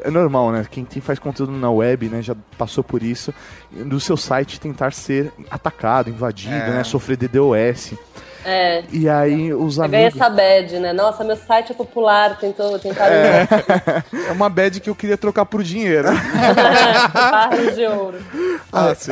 o- é normal, né? Quem tem- faz conteúdo na web, né, já passou por isso, do seu site tentar ser atacado, invadido, É. né, sofrer DDoS. É. E aí os Eu ganhei amigos... essa bad, né? Nossa, meu site é popular, tentou tentar É uma bad que eu queria trocar por dinheiro. barras de ouro. Ah, sim.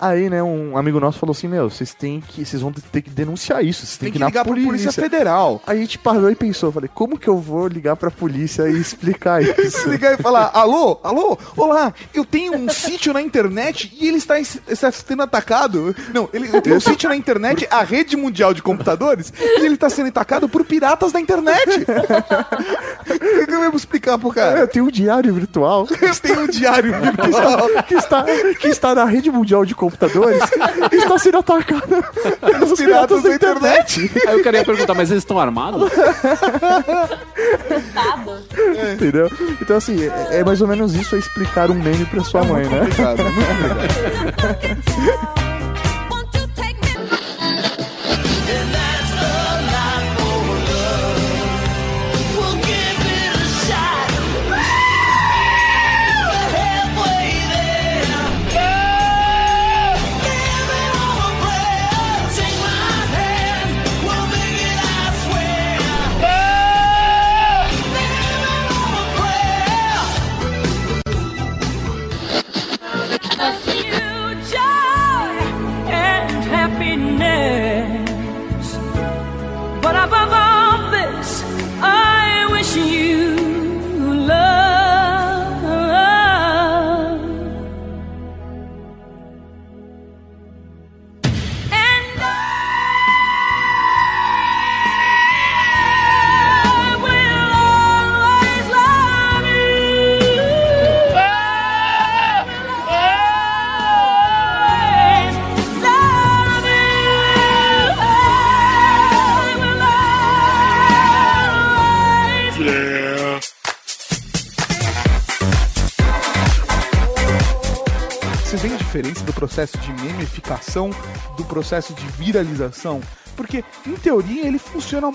Aí, né, um amigo nosso falou assim, meu, vocês têm que, vocês vão ter que denunciar isso, vocês têm Tem que que ir na ligar pra polícia. Polícia Federal. Aí a gente parou e pensou, falei, como que eu vou ligar pra polícia e explicar isso? Ligar e falar, alô, alô, olá, eu tenho um sítio na internet e ele está, em- está sendo atacado. Não, ele eu tenho um sítio na internet, a rede mundial de computadores, e ele está sendo atacado por piratas da internet. O que eu ia explicar pro Eu cara? tenho um diário virtual Eu tenho um diário que virtual. está, que está, que está na rede mundial de computadores e está sendo atacado pelos piratas da internet. Aí eu queria perguntar, mas eles estão armados? Entendeu? Então, assim, é, é mais ou menos isso é explicar um meme pra É sua mãe, né? But above all this, I wish you love. And I will always love you. Always love you. I will always Yeah. Vocês veem a diferença do processo de memificação do processo de viralização? Porque, em teoria, ele funciona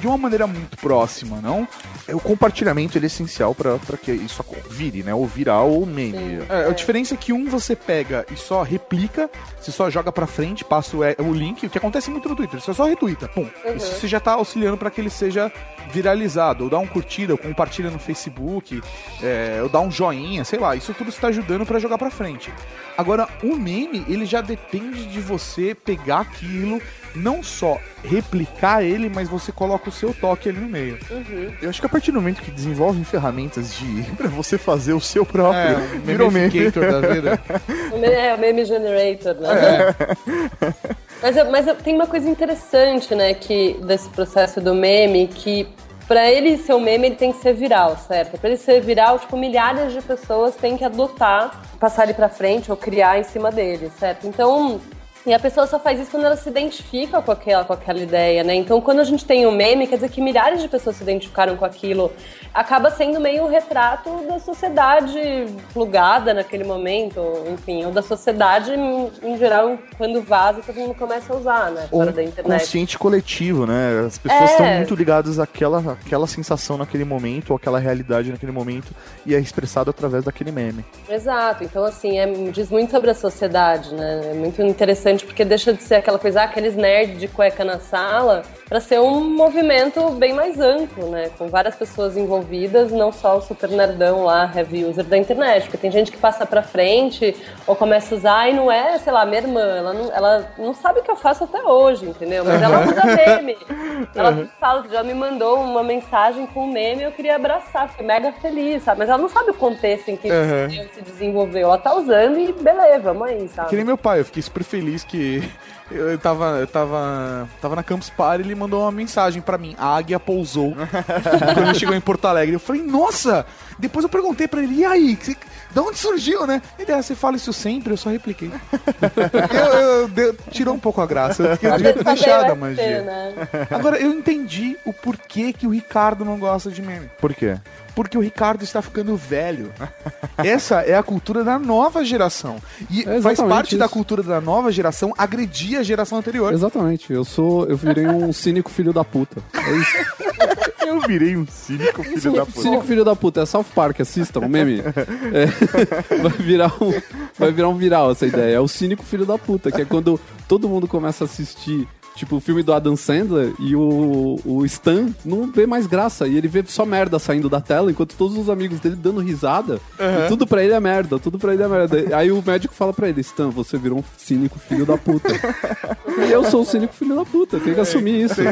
de uma maneira muito próxima, não? É, O compartilhamento ele é essencial pra pra que isso acon- vire, né? Ou viral ou meme. É, a diferença é que um você pega e só replica, você só joga pra frente, passa o, é, o link, o que acontece muito no Twitter, você só retuita, pum. Isso você já tá auxiliando pra que ele seja viralizado, ou dá um curtida, ou compartilha no Facebook, é, ou dá um joinha, sei lá, isso tudo você tá ajudando pra jogar pra frente. Agora, o meme, ele já depende de você pegar aquilo, não só replicar ele, mas você coloca o seu toque ali no meio. Eu acho que a partir do momento que desenvolvem ferramentas de pra você fazer o seu próprio, um virou meme. memificator da vida. O me- É, o meme generator, né? Mas, eu- mas eu- tem uma coisa interessante, né, que, desse processo do meme, que pra ele ser um meme, ele tem que ser viral, certo? Pra ele ser viral, tipo, milhares de pessoas têm que adotar, passar ele pra frente ou criar em cima dele, certo? Então. E a pessoa só faz isso quando ela se identifica com aquela, com aquela ideia, né? Então, quando a gente tem um meme, quer dizer que milhares de pessoas se identificaram com aquilo. Acaba sendo meio o retrato da sociedade plugada naquele momento, ou, enfim, ou da sociedade em, em geral, quando vaza, todo mundo começa a usar, né? Ou Fora da um internet. consciente coletivo, né? As pessoas estão É. muito ligadas àquela, àquela sensação naquele momento, ou àquela realidade naquele momento, e é expressado através daquele meme. Exato, então assim, é- diz muito sobre a sociedade, né? É muito interessante porque deixa de ser aquela coisa, ah, aqueles nerds de cueca na sala, pra ser um movimento bem mais amplo, né? Com várias pessoas envolvidas, não só o super nerdão lá, heavy user da internet, porque tem gente que passa pra frente ou começa a usar e não é, sei lá, minha irmã, ela não, ela não sabe o que eu faço até hoje, entendeu? Mas ela usa meme. Ela fala, já me mandou uma mensagem com um meme, eu queria abraçar, fiquei mega feliz, sabe? Mas ela não sabe o contexto em que Uhum. eu se desenvolveu. Ela tá usando e beleza, vamos aí, sabe? Que nem meu pai, eu fiquei super feliz que eu tava, eu tava, tava na Campus Party e ele mandou uma mensagem pra mim. A águia pousou quando ele chegou em Porto Alegre. Eu falei, nossa! Depois eu perguntei pra ele, e aí? Que você- Da onde surgiu, né? Ele "Ah, você fala isso sempre, eu só repliquei. eu, eu- deu- tirou um pouco a graça. Eu devia tá Saber ter vai deixado a ter, magia. né? Agora, eu entendi o porquê que o Ricardo não gosta de meme. Por quê? porque o Ricardo está ficando velho. Essa é a cultura da nova geração. E É faz exatamente parte da isso. cultura da nova geração agredir a geração anterior. Exatamente. Eu sou. Eu virei um cínico filho da puta. É isso. Eu virei um cínico, filho da puta. Cínico filho da puta, é South Park, assistam, o meme. É, vai, virar um, vai virar um viral essa ideia. É o cínico filho da puta, que é quando todo mundo começa a assistir, tipo, o filme do Adam Sandler e o, o Stan não vê mais graça. E ele vê só merda saindo da tela, enquanto todos os amigos dele dando risada. E tudo pra ele é merda, tudo pra ele é merda. Aí o médico fala pra ele, Stan, você virou um cínico filho da puta. e eu sou o cínico filho da puta, tem que assumir isso.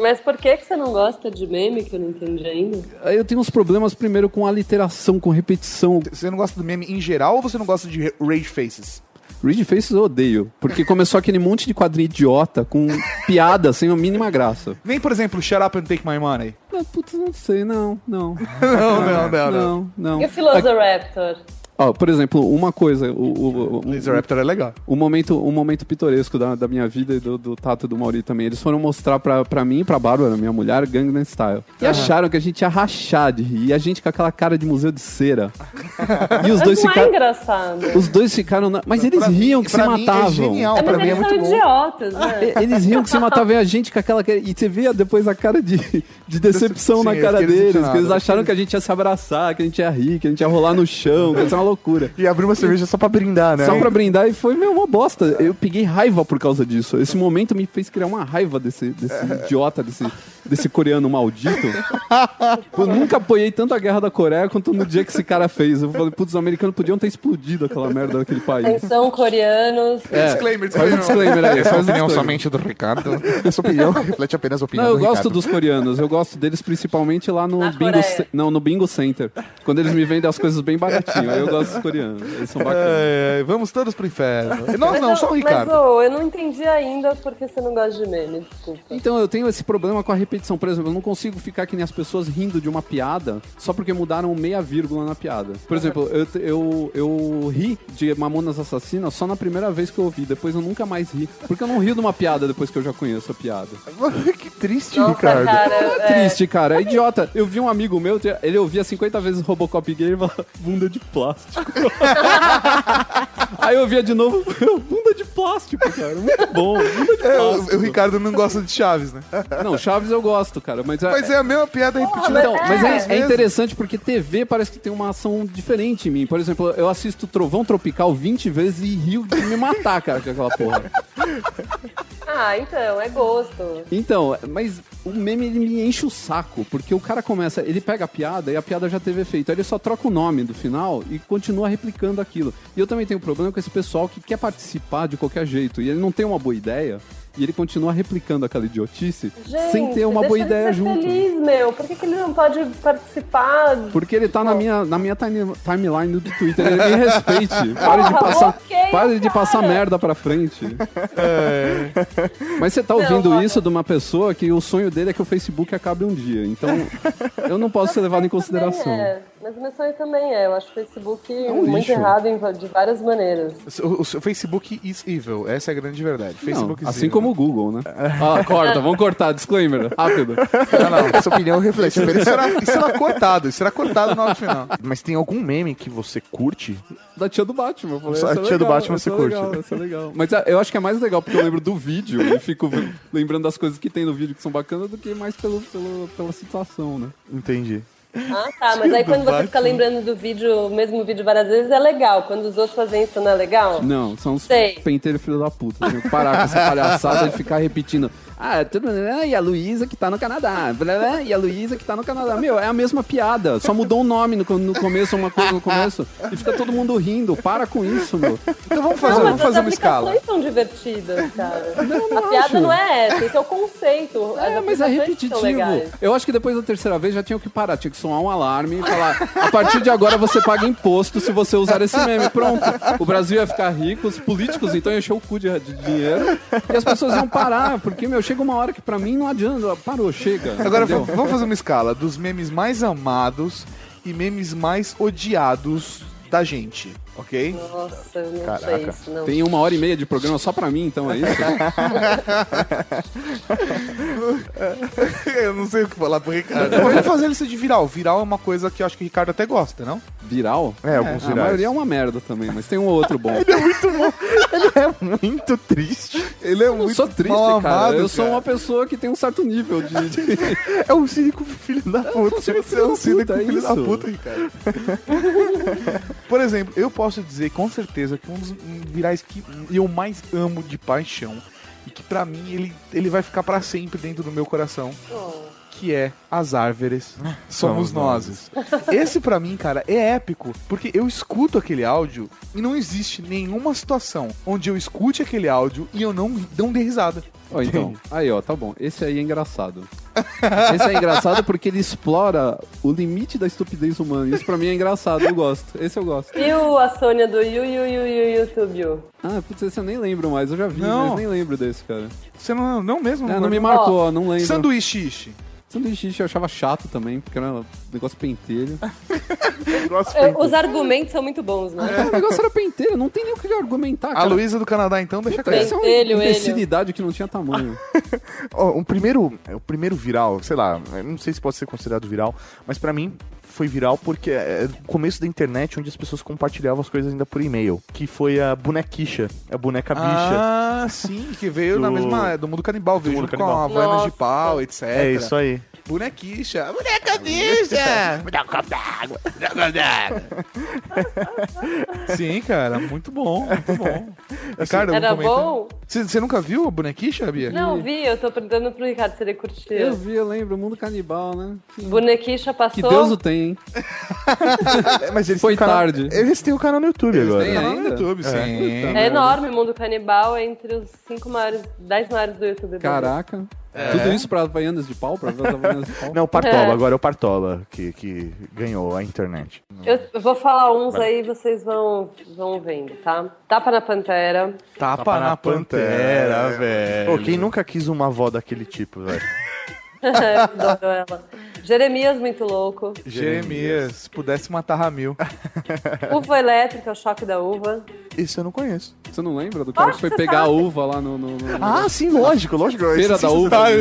Mas por que, que você não gosta de meme que eu não entendi ainda? Aí eu tenho uns problemas, primeiro, com aliteração, com repetição. Você não gosta do meme em geral ou você não gosta de rage faces? Read Faces eu odeio, porque começou aquele monte de quadrinho idiota com piada sem a mínima graça. Nem, por exemplo, Shut Up and Take My Money. Ah, putz, não sei, não, não. Não, não, não, não. Não, não. E o Velociraptor? Ó, por exemplo, uma coisa, o, o, o, Laser Raptor é legal. o momento, um momento pitoresco da, da minha vida e do, do Tato e do Mauri também. Eles foram mostrar pra, pra mim e pra Bárbara, minha mulher, Gangnam Style. E acharam que a gente ia rachar de rir, e a gente com aquela cara de museu de cera. E os dois Mas não é ficaram... engraçado. Os dois ficaram... na- Mas eles riam que se pra mim matavam. É genial, É, pra mas mim é eles são muito bom. idiotas, né? E- Eles riam que se matavam e a gente com aquela. cara- E você via depois a cara de, de decepção Sim, na eu cara fiquei deles. decepcionado. Que eles acharam que a gente ia se abraçar, que a gente ia rir, que a gente ia rolar no chão, que isso é uma loucura. E abrir uma cerveja só pra brindar, né? Só pra brindar e foi, meu, uma bosta. Eu peguei raiva por causa disso. Esse momento me fez criar uma raiva desse, desse É. idiota, desse, desse coreano maldito. Eu nunca apoiei tanto a guerra da Coreia quanto no dia que esse cara fez. Eu falei, putz, os americanos podiam ter explodido aquela merda daquele país. São coreanos. Disclaimer, Faz um disclaimer aí. É Faz um disclaimer. do Ricardo. Essa É opinião reflete apenas a opinião Não, eu do gosto Ricardo. dos coreanos. Eu gosto deles principalmente lá no Na bingo, Coreia. ce- não, no bingo center, quando eles me vendem as coisas bem baratinho. Aí eu gosto dos coreanos. Eles são bacanas. É, é, vamos todos pro inferno. Nós não, eu- só o Ricardo. Mas, ô, eu não entendi ainda porque você não gosta de meme, desculpa. Então eu tenho esse problema com a repetição, por exemplo, eu não consigo ficar que nem as pessoas rindo de uma piada só porque mudaram meia vírgula na piada. Por exemplo, eu, te- eu, eu ri de Mamonas Assassinas só na primeira vez que eu ouvi, depois eu nunca mais ri, porque eu não rio de uma piada depois que eu já conheço a piada. que triste, Nossa, Ricardo. cara, É triste, cara. É idiota. Eu vi um amigo meu, ele ouvia 50 vezes Robocop gay e falava, bunda de plástico. Aí eu ouvia de novo, bunda de plástico, cara. Muito bom, bunda de É, o, plástico. o Ricardo não gosta de Chaves, né? Não, Chaves eu gosto, cara, mas é... Mas é a mesma piada repetida. Então, mas três é, é vezes. interessante porque TV parece que tem uma ação diferente em mim. Por exemplo, eu assisto Trovão Tropical 20 vezes e rio de me matar, cara, com aquela porra. Ah, então, é gosto. Então, mas o meme ele me enche o saco, porque o cara começa, ele pega a piada e a piada já teve efeito. Aí ele só troca o nome do final e continua replicando aquilo. E eu também tenho um problema com esse pessoal que quer participar de qualquer jeito e ele não tem uma boa ideia. E ele continua replicando aquela idiotice Gente, sem ter uma boa deixa ele ideia ser junto. feliz, meu. Por que, que ele não pode participar? Porque ele tá na minha, na minha time- timeline do Twitter. Ele me respeite. Pare de Porra, passar, ok, pare de passar cara. É. merda pra frente. Mas você tá ouvindo mano. isso de uma pessoa que o sonho dele é que o Facebook acabe um dia. Então, eu não posso ser levado em consideração. Também é. Mas meu sonho também é. Eu acho o Facebook um muito lixo. errado em- de várias maneiras. O, o Facebook is evil. Essa é a grande verdade. Não, Facebook is assim evil. como o Google, né? Ah, corta, vamos cortar, disclaimer, rápido. Não, não, essa opinião reflete. Isso será, isso será cortado, isso será cortado na hora do final. Mas tem algum meme que você curte? Da tia do Batman. Eu falei, Só a "Essa é tia do legal, Batman essa você é curte." legal, essa é legal. Mas ah, eu acho que é mais legal porque eu lembro do vídeo e fico ve- lembrando das coisas que tem no vídeo que são bacanas do que mais pelo, pelo- pela situação, né? Entendi. Ah, tá. Mas aí quando você fica lembrando do vídeo, o mesmo vídeo várias vezes, é legal. Quando os outros fazem isso, não é legal? Não, são uns Sei. penteiros filho da puta. Tem que parar com essa palhaçada de ficar repetindo. Ah, tudo, né? e a Luísa que tá no Canadá. blá, blá, E a Luísa que tá no Canadá. Meu, é a mesma piada. Só mudou o nome no, co- no começo, uma coisa no começo. E fica todo mundo rindo. Para com isso, meu. Então vamos fazer, não, mas vamos fazer as uma escala. aplicações são divertidas, cara. a piada não é essa, esse é o conceito. As É, mas é aplicações são repetitivo. legais. Eu acho que depois da terceira vez já tinha que parar, tinha que soar um alarme e falar: a partir de agora você paga imposto se você usar esse meme. Pronto. O Brasil ia ficar rico, os políticos então iam encher o cu de, de dinheiro e as pessoas iam parar, porque, meu, chega uma hora que pra mim não adianta. Parou, chega. Agora entendeu? vamos fazer uma escala dos memes mais amados e memes mais odiados da gente. ok? Nossa, eu não sei Caraca. isso, não. Tem uma hora e meia de programa só pra mim, então é isso? eu não sei o que falar pro Ricardo. Vamos fazer lista de viral. Viral é uma coisa que eu acho que o Ricardo até gosta, não? Viral? É, alguns A virais. maioria é uma merda também, mas tem um ou outro bom. É muito triste. Ele é Eu sou triste, mal cara. amado, eu sou cara. uma pessoa que tem um certo nível de. de- É um cínico filho da puta. um cínico Você é um filho da cínico puta, é filho da isso. puta, Ricardo. Por exemplo, eu posso dizer com certeza que um dos virais que eu mais amo de paixão e que pra mim ele, ele vai ficar pra sempre dentro do meu coração, Oh, que é As Árvores Somos Somos Nozes. Esse pra mim, cara, é épico, porque eu escuto aquele áudio e não existe nenhuma situação onde eu escute aquele áudio e eu não, não dê risada. Ó, então, aí, ó, tá bom. Esse aí é engraçado. Esse é engraçado porque ele explora o limite da estupidez humana. Isso pra mim é engraçado, eu gosto. Esse eu gosto. E o, a Sônia do Yu Yu Yu Yu YouTube? Yu? Ah, putz, esse eu nem lembro mais. Eu já vi, Não. mas nem lembro desse, cara. Você não, não mesmo? Ah, não um me marcou, ó, não lembro. Sanduíche. ishi. Sanduíche eu achava chato também, porque era um negócio pentelho. É, Os argumentos são muito bons, né? Ah, O negócio era pentelho, não tem nem o que argumentar, A cara. Luísa do Canadá, então, deixa Puta, quieto. isso é uma Pentelho, ele. Ah, imbecilidade que não tinha tamanho. Ó, o primeiro, é, o primeiro viral, sei lá, eu não sei se pode ser considerado viral, mas pra mim foi viral porque é o começo da internet onde as pessoas compartilhavam as coisas ainda por e-mail, que foi a bonequicha, a boneca bicha. Ah, sim, que veio na Do- mesma. do mundo canibal, veio mundo junto com canibal. a Havaianas de Nossa. pau, etc. É isso aí. Bonequicha. Boneca bicha! Me dá um copo d'água! Me dá um copo d'água! Sim, cara, muito bom, muito bom. um Ricardo, Era algum comentário? bom? Você você nunca viu a bonequicha, Bia? Não, vi, eu tô perguntando pro Ricardo se ele Eu curtiu. vi, eu lembro, o mundo canibal, né? Que, Bonequicha que passou. Deus o tem, hein? É, mas eles Foi têm um canal- tarde. Eles têm o canal no YouTube agora. têm, Tá né? lá no ainda? YouTube, sim. Puta É merda. enorme o mundo canibal, é entre os cinco maiores, 10 maiores do YouTube. Caraca. É. Tudo isso pra Havaianas de pau? Pra Havaianas de pau? Não, o Partola, É. agora é o Partola que, que ganhou a internet. Eu eu vou falar uns aí, vocês vão, vão vendo, tá? Tapa na Pantera. Tapa, Tapa na, na pantera, pantera, velho. Pô, quem nunca quis uma avó daquele tipo, velho? Adoro ela. Jeremias muito louco. Jeremias, se pudesse matar Ramil. Uva elétrica, é o choque da uva. Isso eu não conheço. Você não lembra do cara que foi pegar a uva lá no... no- no- Ah, sim, lógico, lógico. Feira Isso- da isso- tá, uva.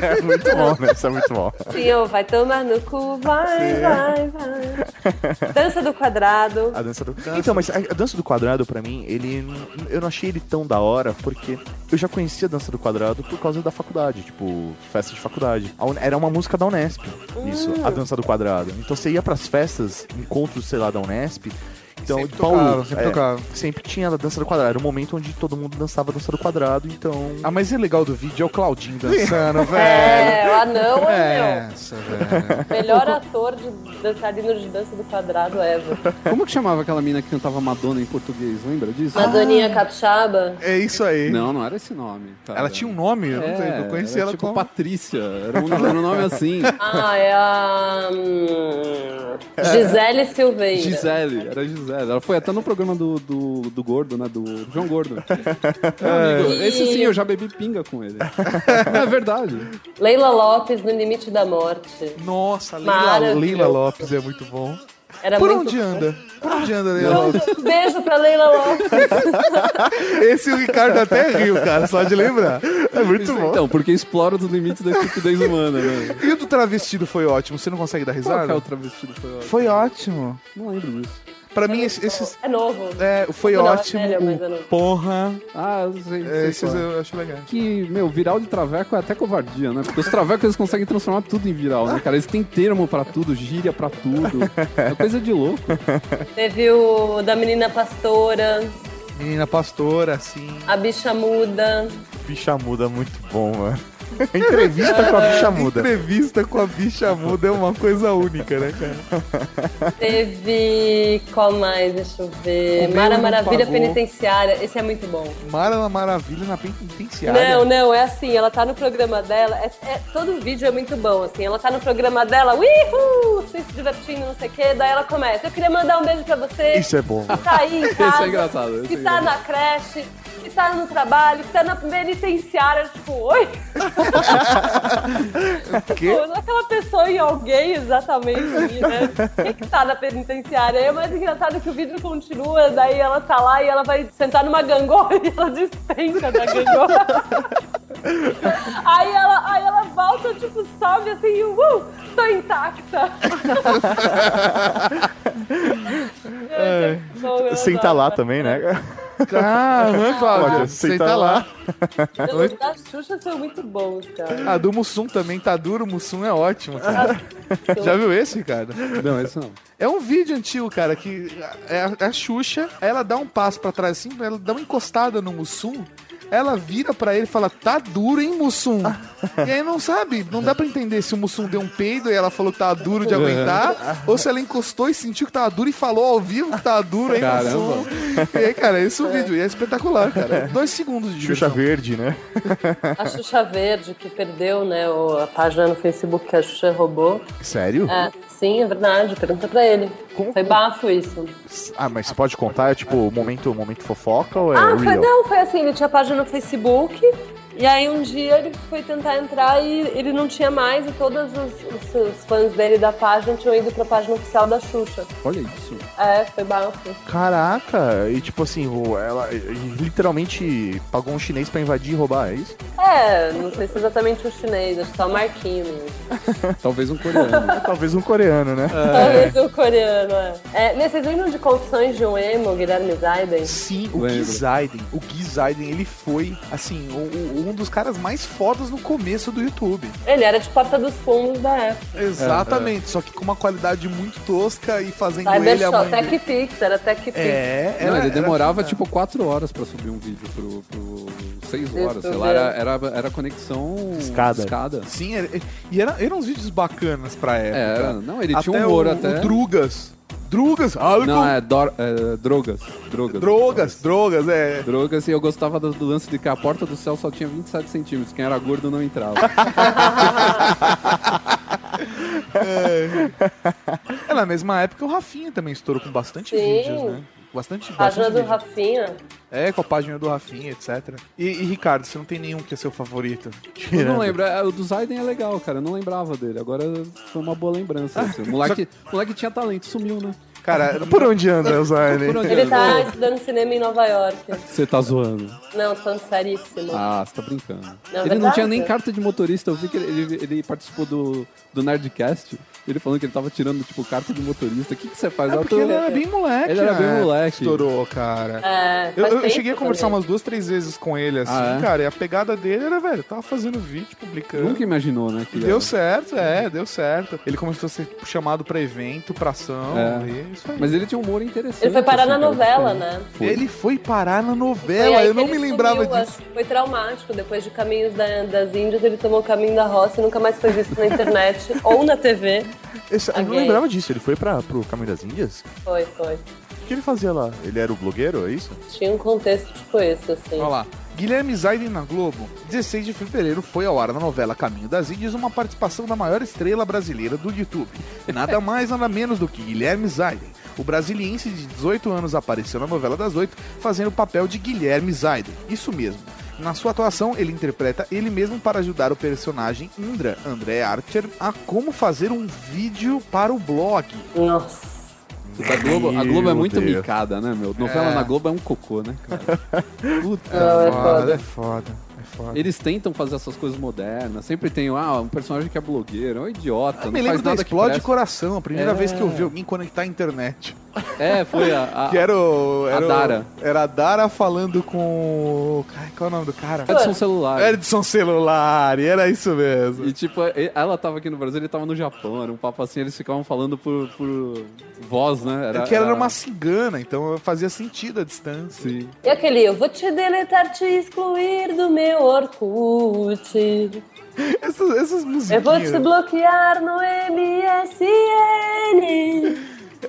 É muito bom, né? Isso é muito bom. Tinha o vai tomar no cu, vai, vai, vai. Dança do quadrado. A dança do... Então, mas a a dança do quadrado, pra mim, ele. n- Eu não achei ele tão da hora, porque eu já conhecia a dança do quadrado por causa da faculdade, tipo, festa de faculdade. A Un- Era uma música da Unesp, isso, Ah. a dança do quadrado. Então você ia pras festas, encontros, sei lá, da Unesp. Então, Sempre é. de Paulo, tocaram, sempre tocaram. sempre tinha a dança do quadrado. Era o momento onde todo mundo dançava a dança do quadrado, então. Ah, mas e legal do vídeo é o Claudinho dançando, velho. É, o anão é Essa, velho. meu. Melhor ator de dançarino de dança do quadrado ever. Como que chamava aquela mina que cantava Madonna em português? Lembra disso? Madoninha Capixaba. É isso aí. Não, não era esse nome. cara. Ela tinha um nome, eu É, não sei, eu conheci era ela tipo como... Patrícia. Era um, era um nome assim. Ah, é a. hum, Gisele Silveira. Gisele, era Gisele. Ela foi até no programa do, do, do Gordo, né? Do João Gordo. Meu amigo, Esse sim, eu já bebi pinga com ele. Não, é verdade. Leila Lopes no Limite da Morte. Nossa, Leila, Maravilhoso. Leila Lopes é muito bom. Era Por muito onde anda? Por onde anda, Leila Lopes? Um beijo pra Leila Lopes. Esse o Ricardo até riu, cara, só de lembrar. É muito bom. Então, porque explora os limites da estupidez humana, né? E o do travestido foi ótimo, você não consegue dar Qual que é risada? o travestido foi ótimo? Foi ótimo. Não lembro disso. Pra mim, esse- esses. É novo. é, foi Não, é ótimo. velho, mas o é novo. porra. Ah, eu sei. sei Esses qual é. eu acho legal. Que, meu, viral de traveco é até covardia, né? Porque os travecos eles conseguem transformar tudo em viral, né, cara? Eles têm termo pra tudo, gíria pra tudo. É coisa de louco. Teve o da menina pastora, Menina pastora, assim. a bicha muda. Bicha muda, muito bom, mano. Entrevista com a bicha muda. Entrevista com a bicha muda é uma coisa única, né, cara? Teve. Qual mais? Deixa eu ver. O meu Mara não Maravilha pagou. Penitenciária. Esse é muito bom. Mara na Maravilha na penitenciária. Não, não, é assim, ela tá no programa dela, é, é- todo vídeo é muito bom, assim, ela tá no programa dela, uhul, se divertindo, não sei o quê, daí ela começa, eu queria mandar um beijo pra você, Isso é bom. que tá aí em casa, engraçado, esse que é tá engraçado. na creche, que está no trabalho, está na penitenciária, tipo, oi? Quê? Pô, não é aquela pessoa em alguém exatamente, né? Quem que tá na penitenciária? E é mais engraçado que o vídeo continua, daí ela tá lá e ela vai sentar numa gangorra e ela despenca da gangorra. aí, ela, aí ela volta, tipo, sobe assim, e, uh, tô intacta. É, gente, bom, eu Senta adoro. lá também, né? Ah, Aham, tá Cláudia, senta lá. Os da Xuxa são muito bons, cara. A Ah, do Mussum também tá duro, o Mussum é ótimo, cara. Ah, Já viu esse, Ricardo? Não, esse não. É um vídeo antigo, cara, que é a, é a Xuxa, aí ela dá um passo pra trás assim, ela dá uma encostada no Mussum, ela vira pra ele e fala, tá duro, hein, Mussum? e aí não sabe, não dá pra entender se o Mussum deu um peido e ela falou que tava duro de aguentar, ou se ela encostou e sentiu que tava duro e falou ao vivo que tava duro, hein, Caramba. Mussum? E aí, cara, esse é o vídeo, e é espetacular, cara. Dois segundos de Xuxa diversão. Verde, né? A Xuxa Verde, que perdeu, né, o- a página no Facebook que a Xuxa roubou. Sério? É, sim, é verdade, pergunta pra ele. Como- Foi bafo isso. Ah, mas você pode contar, é tipo, momento, momento fofoca ou é ah, foi, real? não, foi assim, ele tinha página no Facebook, e aí um dia ele foi tentar entrar e ele não tinha mais, e todos os, os- os fãs dele da página tinham ido pra página oficial da Xuxa. Olha isso. É, foi bafo. Caraca, e tipo assim, o- ela e- e literalmente pagou um chinês pra invadir e roubar, é isso? É, não sei se exatamente o chinês, acho que só o Marquinho mesmo. Talvez um coreano. Talvez um coreano, né? Talvez o coreano, é. é né, vocês lembram de Confissões de um Emo, Guilherme Zaiden? Sim, o Lembro. Gui Zaiden. O Gui Zaiden, ele foi, assim, o- o- um dos caras mais fodas no começo do YouTube. Ele era de Porta dos Fundos da época. Exatamente, só que com uma qualidade muito tosca e fazendo ele a Cybershot, mãe... dele- TechPix, era TechPix. É, não, era, ele era- demorava tipo 4 horas pra subir um vídeo pro, pro 6 Meu horas, sei lá, Deus. era, era, era conexão Escada. escada. Sim, era- e era- eram uns vídeos bacanas pra época. É, Era, não, ele tinha um humor o, até. O Drugas. Drugas, álcool, Não, é, dor- é, drogas, drogas. drogas, drogas, é. Drogas, e eu gostava do, do lance de que a porta do céu só tinha 27 centímetros, quem era gordo não entrava. É na mesma época o Rafinha também estourou com bastante Sim. vídeos, né? Bastante, bastante Página do vídeo. Rafinha. É, com a página do Rafinha, etc. E, e, Ricardo, você não tem nenhum que é seu favorito? Eu não lembro, é, o do Zaiden é legal, cara, eu não lembrava dele, agora foi uma boa lembrança. Ah. assim. O moleque, o moleque tinha talento, sumiu, né? Cara, Por onde anda, Por Zayn? onde é Ele anda? tá estudando cinema em Nova York. Você tá zoando. Não, tô falando seríssimo. Ah, você tá brincando. Não, é ele não verdade. tinha nem carta de motorista, eu vi que ele, ele- ele participou do, do Nerdcast, ele falando que ele tava tirando, tipo, carta de motorista. O que, que você faz? É Eu porque tô- ele era bem moleque. Ele era bem né? moleque. Estourou, cara. É, Eu, faz eu tempo cheguei a conversar também. umas duas, três vezes com ele, assim, Ah, é? cara. E a pegada dele era, velho, tava fazendo vídeo, publicando. Nunca imaginou, né? Que E era. deu certo, é, deu certo. Ele começou a ser chamado pra evento, pra ação, É. e isso aí. Mas ele tinha um humor interessante. Ele foi parar assim, na cara, novela, diferente. né? Foi. ele foi parar na Foi novela, aí É, que eu não ele me lembrava sumiu, disso. acho. Foi traumático. Depois de Caminhos da- das Índias, ele tomou o Caminho da Roça e nunca mais foi visto na internet ou na TV. Esse- Eu não assim, Ok. lembrava disso, ele foi pra, pro Caminho das Índias? Foi, foi. O que ele fazia lá? Ele era o blogueiro, é isso? Tinha um contexto tipo esse, assim. Olha lá. Guilherme Zaiden na Globo, 16 de fevereiro, foi ao ar na novela Caminho das Índias uma participação da maior estrela brasileira do YouTube. Nada mais, nada menos do que Guilherme Zaiden. O brasiliense de 18 anos apareceu na novela das oito, fazendo o papel de Guilherme Zaiden. Isso mesmo. Na sua atuação, ele interpreta ele mesmo para ajudar o personagem Indra, André Archer, a como fazer um vídeo para o blog. Nossa. A Globo, a Globo é Meu muito Deus. micada, né, meu? Novela É. na Globo é um cocô, né, cara? Puta. Não, é foda. é foda, é foda. Eles tentam fazer essas coisas modernas. Sempre tem, ah, um personagem que é blogueiro, é um idiota, Eu não Ah, me lembro faz da nada Explode que Coração, a primeira É. vez que eu vi alguém conectar a internet. presta. É, foi a... a- Que era o. Era A o- Dara. era a Dara falando com. o- Ai, qual é o nome do cara? Edson Celular. Edson Celular, e era isso mesmo. E tipo, e- ela tava aqui no Brasil, ele tava no Japão, era um papo assim, eles ficavam falando por, por voz, né? Era, É que ela era uma cigana, então fazia sentido a distância. Sim. E aquele, eu vou te deletar, te excluir do meu Orkut. Essas, essas Eu vou musiquinhas. te bloquear no MSN.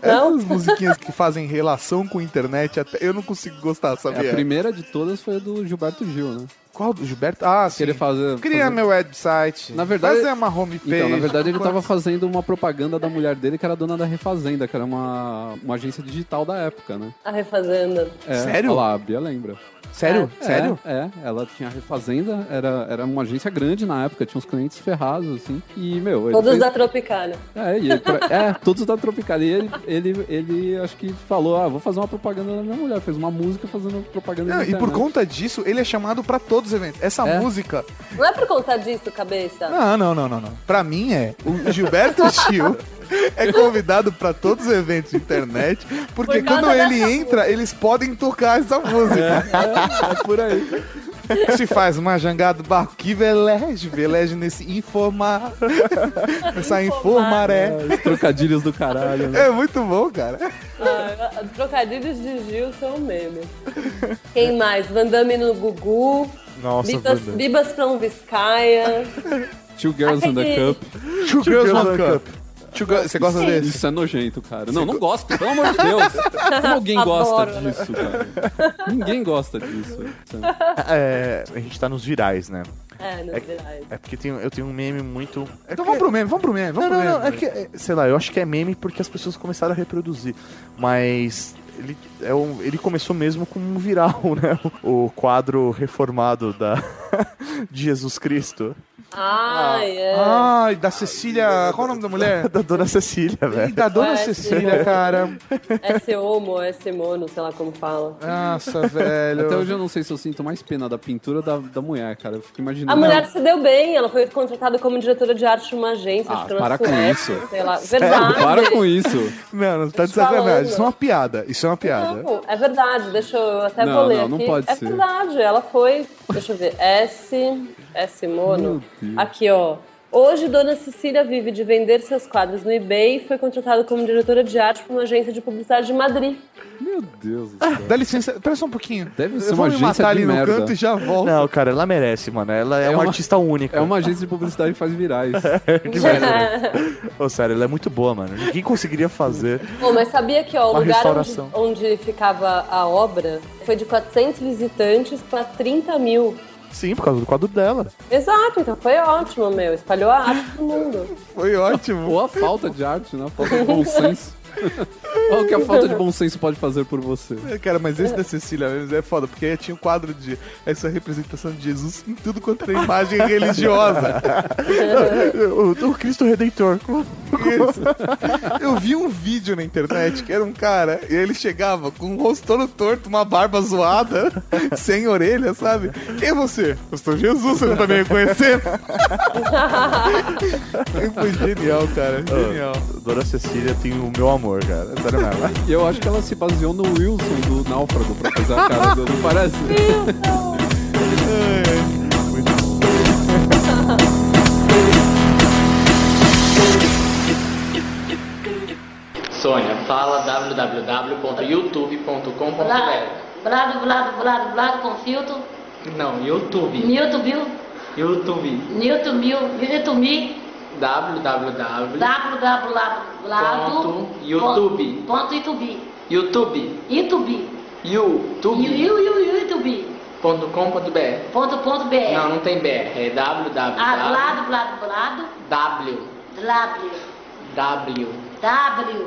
É Não? Essas musiquinhas que fazem relação com a internet, até eu não consigo gostar, É, sabia? a primeira de todas foi a do Gilberto Gil, né? Qual do Gilberto? Ah, sim. Querer fazer- Criar fazer- meu website. Na verdade- Fazer uma homepage. Então, na verdade, ele Qual- tava fazendo uma propaganda da mulher dele, que era dona da Refazenda, que era uma, uma agência digital da época, né? A refazenda. É, Sério? Olha lá, a Bia lembra. Sério? É, Sério? É, ela tinha a Refazenda, era, era uma agência grande na época, tinha uns clientes ferrados, assim. E, meu, ele Todos fez- da Tropicana. É, e ele- é, todos da Tropicália. E ele, ele, ele acho que falou, ah, vou fazer uma propaganda da minha mulher. Fez uma música fazendo propaganda É. na Não, e por internet. conta disso, ele é chamado pra todos os eventos. Essa É. música. Não é por conta disso, cabeça? Não, não, não, não, não. Pra mim é. O Gilberto Gil é convidado pra todos os eventos de internet, porque Por causa quando dessa ele entra, eles podem tocar essa música. É por aí. Se faz uma jangada do barco que veleje, veleje nesse informar. Ah, Nessa informaré. É, Os trocadilhos do caralho, né? É muito bom, cara. Ah, trocadilhos de Gil são meme. Quem mais? Vandame no Gugu. Nossa, Bibas, Bibas from Vizcaya. Two Girls in the Aquele- Cup. Two Girls One Cup. Two Girls- Você gosta desse? Isso é nojento, cara. Não, não gosto, pelo amor de Deus. Como alguém gosta Adoro. disso, cara? Ninguém gosta disso. É, a gente tá nos virais, né? É, nos virais. É porque tem- eu tenho um meme muito. Então vamos pro meme, vamos pro meme, vamos Não, pro não, meme. não. É que, é, sei lá, eu acho que é meme porque as pessoas começaram a reproduzir. Mas ele, é um- ele começou mesmo com um viral, né? O quadro reformado da, de Jesus Cristo. Ai, é. Ai, da Cecília. Qual é o nome da mulher? Da Dona Cecília, Ih, velho. Da dona Ah, é Cecília, cara. É ser homo, é ser mono, sei lá como fala. Nossa, velho. Até hoje eu não sei se eu sinto mais pena da pintura da, da mulher, cara. Eu fico imaginando. A mulher se deu bem, ela foi contratada como diretora de arte de uma agência. Ah, acho que era para na Suécia, com isso. Sei lá. Não, Verdade. para com isso. Não, não, tá de Tô te falando. sacanagem. Isso é uma piada. Isso é uma piada. Não, é verdade, deixa eu até Não, vou ler não, aqui. não pode é ser. verdade, ela foi. Deixa eu ver. S. S Meu Mono. Deus. Aqui, ó. Hoje, Dona Cecília vive de vender seus quadros no eBay e foi contratada como diretora de arte para uma agência de publicidade de Madrid. Meu Deus do céu. Dá licença, pera só um pouquinho. Deve ser eu vou uma me agência matar de ali merda. no canto e já volto. Não, cara, ela merece, mano. Ela é, É uma, uma- artista única. É uma agência de publicidade que faz virais. Ô, sério, ela é muito boa, mano. Ninguém conseguiria fazer. Bom, mas sabia que ó, o Uma lugar onde, restauração. onde ficava a obra foi de 400 visitantes para 30 mil. Sim, por causa do quadro dela. Exato, então foi ótimo, meu. Espalhou a arte pro mundo. Foi ótimo. Ou a falta de arte, né? A falta de bom senso. Olha o que a falta de bom senso pode fazer por você. É, Cara, mas esse da Cecília mesmo é foda, porque aí tinha um quadro de essa representação de Jesus em tudo quanto era imagem religiosa. O, o Cristo Redentor. Eu vi um vídeo na internet que era um cara, e ele chegava com o rosto todo torto, uma barba zoada, sem orelha, sabe? Quem é você? Eu sou Jesus, você não tá me reconhecendo? Foi genial, cara, genial. Dona Cecília tem o meu amor, cara. é Sério mesmo. E eu acho que ela se baseou no Wilson do Náufrago pra fazer a cara dele. Parece. Sônia, fala www.youtube.com.br Blado, blado, blado, blado com filtro. Não, YouTube. Newton Bill, YouTube. Newton Bill, Newton Me, www. blado, blado, blado, Ponto, YouTube. Ponto Itubi. YouTube. Itubi. YouTube. Iu, iu, iu, Itubi. Ponto com ponto BR. Ponto, ponto, BR. Não, não tem BR. É Ah, www. blado, blado, blado, W. W, W. W. A W.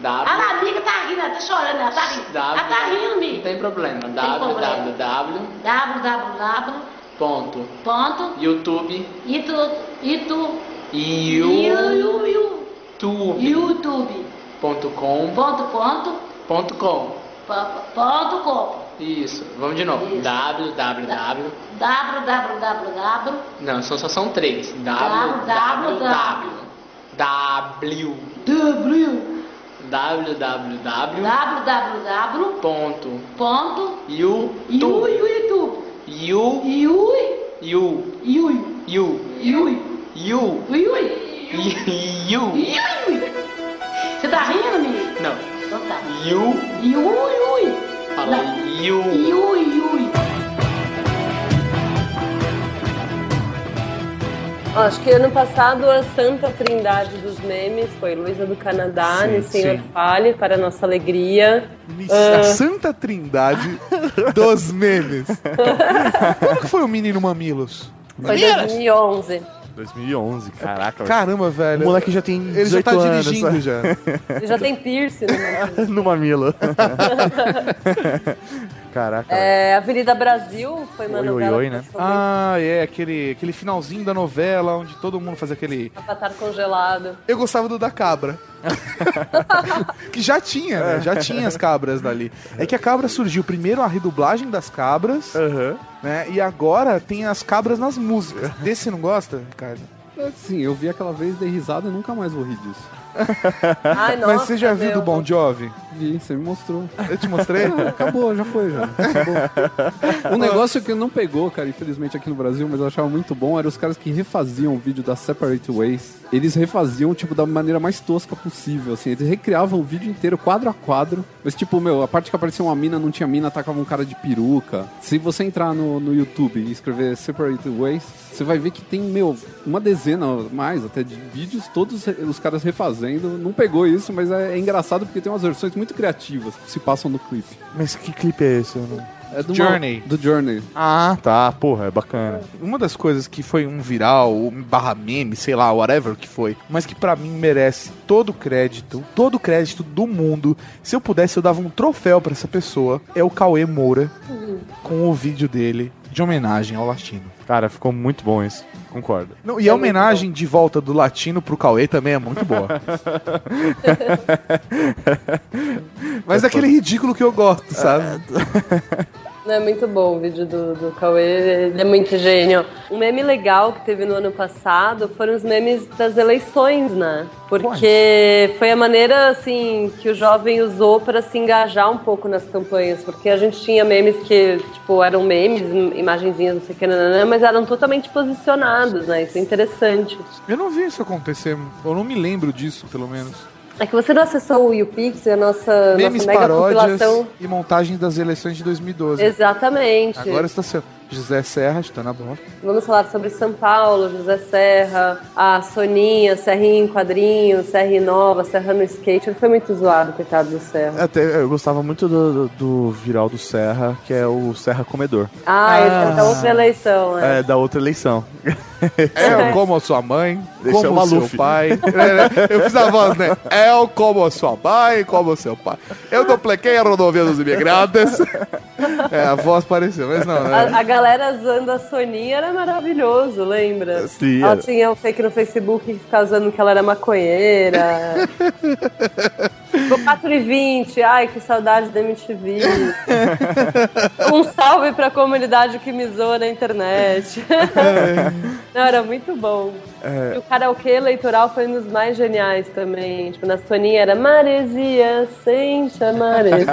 Lamiga tá rindo, ela tá chorando, ela tá rindo. Ela tá rindo, Não Mi. tem problema. problema. www. W, W, W, Ponto. ponto, YouTube. Itu, Itu, Iu, YouTube. Iu, Iu, YouTube. Ponto com. Ponto, ponto, Ponto com. po- ponto, copo. Isso. Vamos de novo. Isso. www. W, W, W, W, Não, são, só são três. www. www. W, www. W, W, W, Ponto. ponto, Iu, YouTube. Iu, YouTube. You. You. Iu, Iu, You. Iu, You. Iu, Iu. You. Você tá rindo, menino? Não. Então tá. You. Iui, ui. Fala. Não. You. Iui, ui. Ó, Acho que ano passado a santa trindade dos memes foi Luísa do Canadá, Sim, sim, Senhor sim. Fale, para nossa alegria. Miss- A Santa Trindade dos memes. Como que foi o Menino Mamilos? Foi 2011. 2011, Tá. caraca. Caramba, O velho. moleque já tem 18 ele já tá anos, dirigindo né? sabe? já. Ele já tem piercing. Né? no mamilo. Caraca. É, Avenida Brasil foi uma Oi, oi, novela oi, né? principalmente Ah, é, aquele, aquele finalzinho da novela onde todo mundo faz aquele. Avatar congelado. Eu gostava do da cabra. que já tinha, né? Já tinha as cabras dali. É que a cabra surgiu primeiro a redublagem das cabras, Aham. né? E agora tem as cabras nas músicas. Desse você não gosta, Ricardo? Assim, eu vi aquela vez, dei risada e nunca mais vou rir disso. Ai, nossa, Mas você já viu meu. do Bon Jovi? Vi, você me mostrou. Eu te mostrei? Ah, acabou, já foi, já. Acabou. Um negócio que não pegou, cara, infelizmente aqui no Brasil, mas eu achava muito bom, era os caras que refaziam o vídeo da Separate Ways. Eles refaziam, tipo, da maneira mais tosca possível, assim. Eles recriavam o vídeo inteiro, quadro a quadro. Mas, tipo, meu, a parte que aparecia uma mina, não tinha mina, atacava um cara de peruca. Se você entrar no, no YouTube e escrever Separate Ways, você vai ver que tem, meu, uma dezena mais até de vídeos, todos os caras refazendo. Não pegou isso, mas é, é engraçado porque tem umas versões muito criativas que se passam no clipe. Mas que clipe é esse? Eu não- É do Journey. do Journey. Ah, Tá, porra, é bacana. Uma das coisas que foi um viral, ou barra meme, sei lá, whatever que foi, mas que pra mim merece todo o crédito, todo o crédito do mundo. Se eu pudesse, eu dava um troféu pra essa pessoa. É o Cauê Moura, com o vídeo dele de homenagem ao latino. Cara, ficou muito bom esse. Concordo. Não, e a homenagem de volta do latino pro Cauê também é muito boa. mas é aquele ridículo que eu gosto, É, sabe? Não, É muito bom o vídeo do, do Cauê, ele é muito gênio. Um meme legal que teve no ano passado foram os memes das eleições, né? Porque foi a maneira, assim, que o jovem usou para se engajar um pouco nas campanhas. Porque a gente tinha memes que, tipo, eram memes, imagenzinhas, não sei o que, nananã, mas eram totalmente posicionados, né? Isso é interessante. Eu não vi isso acontecer, eu não me lembro disso, pelo menos. É que você não acessou o YouPix, a nossa, nossa Memes, mega paródias compilação. e montagens das eleições de 2012. Exatamente. Agora tá está sendo José Serra, está na bola. Vamos falar sobre São Paulo, José Serra, a Soninha, Serrinha em quadrinho, Serra em Nova, Serra no skate. Ele foi muito zoado, coitado do Serra. Até, eu gostava muito do, do, do viral do Serra, que é o Serra Comedor. Ah, ele foi da outra eleição, né? É, da outra eleição. É como a sua mãe, Esse é o como o seu Maluf. pai. Eu fiz a voz, né? É o como a sua mãe, como o seu pai. Eu dupliquei a rodovia dos imigrantes. É, a voz pareceu, mas não, né? A, a galera usando a Soninha era maravilhoso, lembra? Sim, Ela era. tinha um fake no Facebook que ficava usando que ela era maconheira. Ficou 4 e 20, ai que saudade da MTV. um salve pra comunidade que me zoa na internet. Não, era muito bom. E o karaokê eleitoral foi um dos mais geniais também. Tipo, na Soninha era maresia, sente a maresia.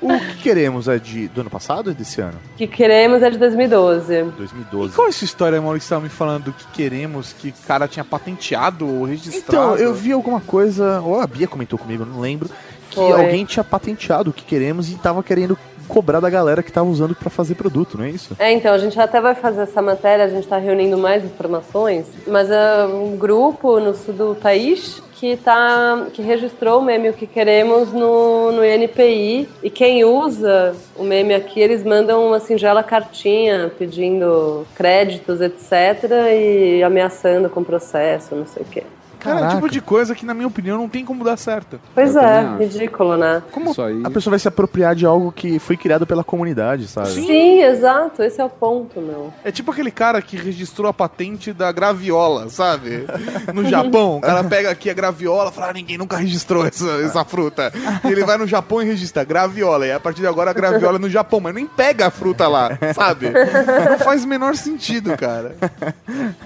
O que queremos é de, do ano passado ou desse ano? que queremos é de 2012. 2012. Qual é essa história, Maurício, estava me falando que queremos que o cara tinha patenteado ou registrado? Então, eu vi alguma coisa, ou a Bia comentou comigo, eu não lembro, que Foi. alguém tinha patenteado o que queremos e tava querendo cobrar da galera que tava usando pra fazer produto, não é isso? É, então, a gente até vai fazer essa matéria, a gente tá reunindo mais informações, mas é um grupo no sul do país que, tá, que registrou o meme O Que Queremos no, no INPI, e quem usa o meme aqui, eles mandam uma singela cartinha pedindo créditos, etc, e ameaçando com processo, não sei o quê. Cara, é o tipo de coisa que, na minha opinião, não tem como dar certo. Pois Eu é, também acho. ridículo, né? Como Isso aí. a pessoa vai se apropriar de algo que foi criado pela comunidade, sabe? Sim, exato, esse é o ponto, meu. É tipo aquele cara que registrou a patente da graviola, sabe? No Japão, o cara pega aqui a graviola e fala, ah, ninguém nunca registrou essa, essa fruta. E ele vai no Japão e registra graviola. E a partir de agora a graviola é no Japão, mas nem pega a fruta lá, sabe? Não faz o menor sentido, cara.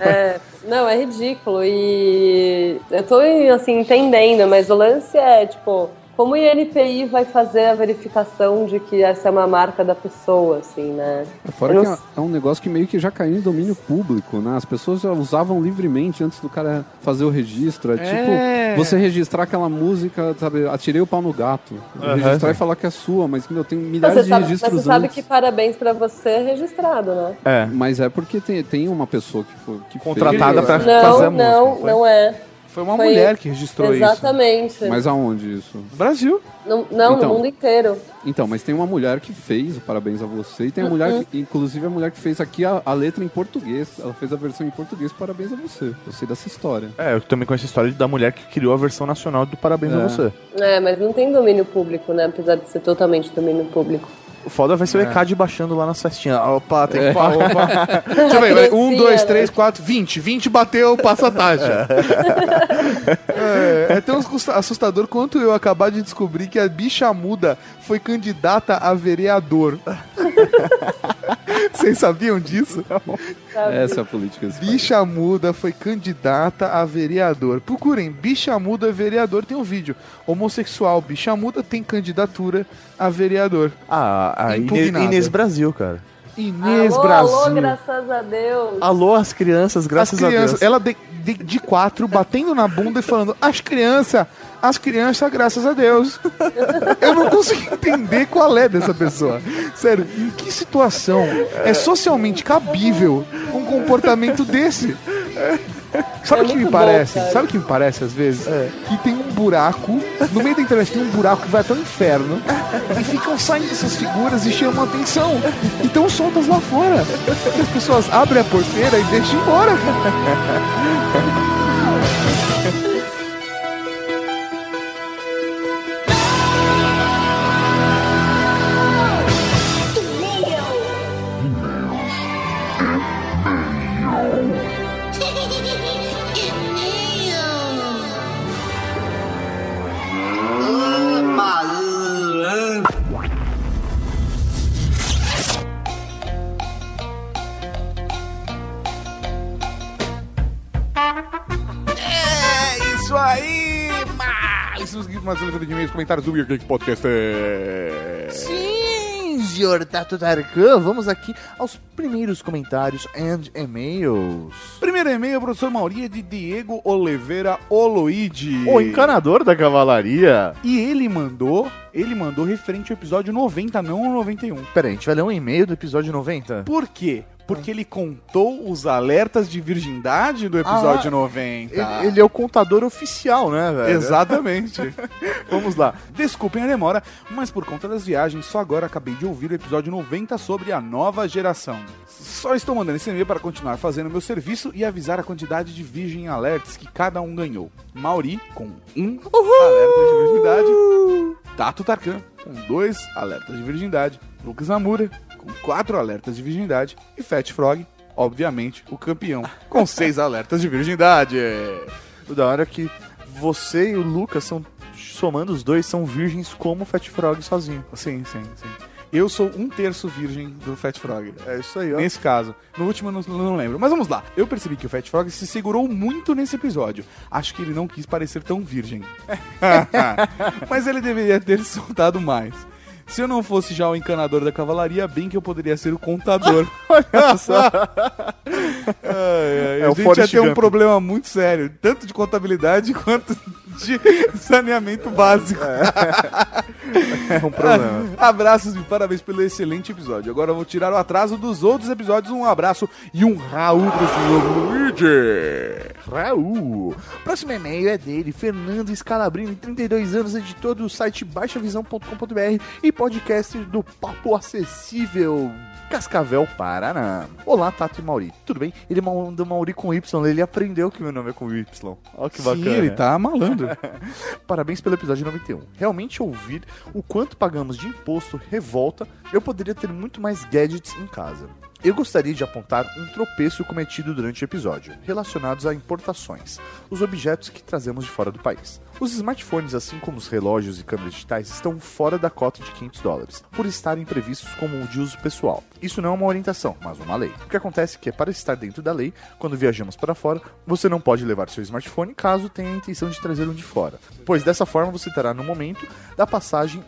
É, não, é ridículo. E eu tô assim, entendendo, mas o lance é, tipo, Como o INPI vai fazer a verificação de que essa é uma marca da pessoa, assim, né? Fora Eu que não- é, é um negócio que meio que já caiu em domínio público, né? As pessoas já usavam livremente antes do cara fazer o registro. É, É. tipo você registrar aquela música, sabe? Atirei o pau no gato. Aham. Registrar e falar que é sua, mas, meu, tem milhares Você de sabe, mas registros você sabe antes. que parabéns pra você é registrado, né? É. Mas é porque tem, tem uma pessoa que foi que Contratada fez, pra né? Não, não, não é. Foi uma mulher que registrou isso. Exatamente. Mas aonde isso? Brasil. Não, não Então. no mundo inteiro. Então, mas tem uma mulher que fez o Parabéns a Você e tem a mulher, Uhum. que- inclusive a mulher que fez aqui a, a letra em português. Ela fez a versão em português Parabéns a Você. Eu sei dessa história. É, eu também conheço a história da mulher que criou a versão nacional do Parabéns É. a Você. É, mas não tem domínio público, né? Apesar de ser totalmente domínio público. O foda vai ser É. o ECAD baixando lá na festinhas. Opa, tem que falar. Opa. Deixa eu ver, vai. É. Um, né? dois, três, quatro, vinte. Vinte bateu, passa a taxa. É, é tão assusta- assustador quanto eu acabar de descobrir que a bicha muda foi candidata a vereador. Vocês sabiam disso? Essa é a política. desse país. Bicha Muda foi candidata a vereador. Procurem, Bicha Muda vereador, tem um vídeo. Homossexual Bicha Muda tem candidatura a vereador. Ah, a Ine- Impugnada. Inês Brasil, cara. Inês alô, Brasil. alô, graças a Deus. Alô, as crianças, graças as crianças, a Deus. ela de, de, de quatro, batendo na bunda e falando, as crianças, as crianças, graças a Deus. Eu não consigo entender qual é dessa pessoa. Sério, em que situação é socialmente cabível um comportamento desse? Sabe É o que me muito bom, parece? cara. Sabe o que me parece às vezes? É. Que tem um buraco, no meio da internet tem um buraco que vai até o inferno, e ficam saindo essas figuras e chamam a atenção. E estão soltas lá fora. E as pessoas abrem a porteira e deixam embora. É isso aí, mas... Estamos aqui com mais um leitura de e-mails, comentários do Weird Geek Podcast. Sim, senhor Tato Tarkan, vamos aqui aos primeiros comentários and e-mails. Primeiro e-mail, professor Mauria, de Diego Oliveira Oloide. O encanador da cavalaria. E ele mandou, ele mandou referente ao episódio 90, não ao 91. Pera aí, a gente vai ler um e-mail do episódio 90? Por quê? Porque ele contou os alertas de virgindade do episódio 90. Ele, ele é o contador oficial, né, velho? Exatamente. Vamos lá. Desculpem a demora, mas por conta das viagens, só agora acabei de ouvir o episódio 90 sobre a nova geração. Só estou mandando esse e-mail para continuar fazendo meu serviço e avisar a quantidade de Virgin Alerts que cada um ganhou. Mauri, com um alerta de virgindade. Tato Tarkan, com dois alertas de virgindade. Lucas Namura, com quatro alertas de virgindade. E Fat Frog, obviamente, o campeão, com seis alertas de virgindade. O da hora é que você e o Lucas são. Somando os dois, são virgens como o Fat Frog sozinho. Sim, sim, sim. Eu sou um terço virgem do Fat Frog. É isso aí, ó. Nesse caso. No último eu não, não lembro. Mas vamos lá. Eu percebi que o Fat Frog se segurou muito nesse episódio. Acho que ele não quis parecer tão virgem. Mas ele deveria ter se soltado mais. Se eu não fosse já o encanador da cavalaria, bem que eu poderia ser o contador. Olha só. ai, ai, É o a gente ia Forrest ter um Gump. problema muito sério, tanto de contabilidade quanto de saneamento básico. É um problema. Abraços e parabéns pelo excelente episódio. Agora eu vou tirar o atraso dos outros episódios. Um abraço e um Raul pro senhor Luigi. Raul. Próximo e-mail é dele, Fernando Scalabrini, 32 anos, editor do site baixavisão.com.br e podcast do Papo Acessível. Cascavel, Paraná. Olá, Tato e Mauri. Tudo bem? Ele mandou Mauri com Y, ele aprendeu que meu nome é com Y. Olha que bacana. Sim, ele tá malandro. Parabéns pelo episódio 91. Realmente ouvir o quanto pagamos de imposto revolta, eu poderia ter muito mais gadgets em casa. Eu gostaria de apontar um tropeço cometido durante o episódio, relacionados a importações, os objetos que trazemos de fora do país. Os smartphones, assim como os relógios e câmeras digitais, estão fora da cota de 500 dólares, por estarem previstos como de uso pessoal. Isso não é uma orientação, mas uma lei. O que acontece é que, para estar dentro da lei, quando viajamos para fora, você não pode levar seu smartphone caso tenha a intenção de trazer um de fora, pois dessa forma você terá no momento da passagem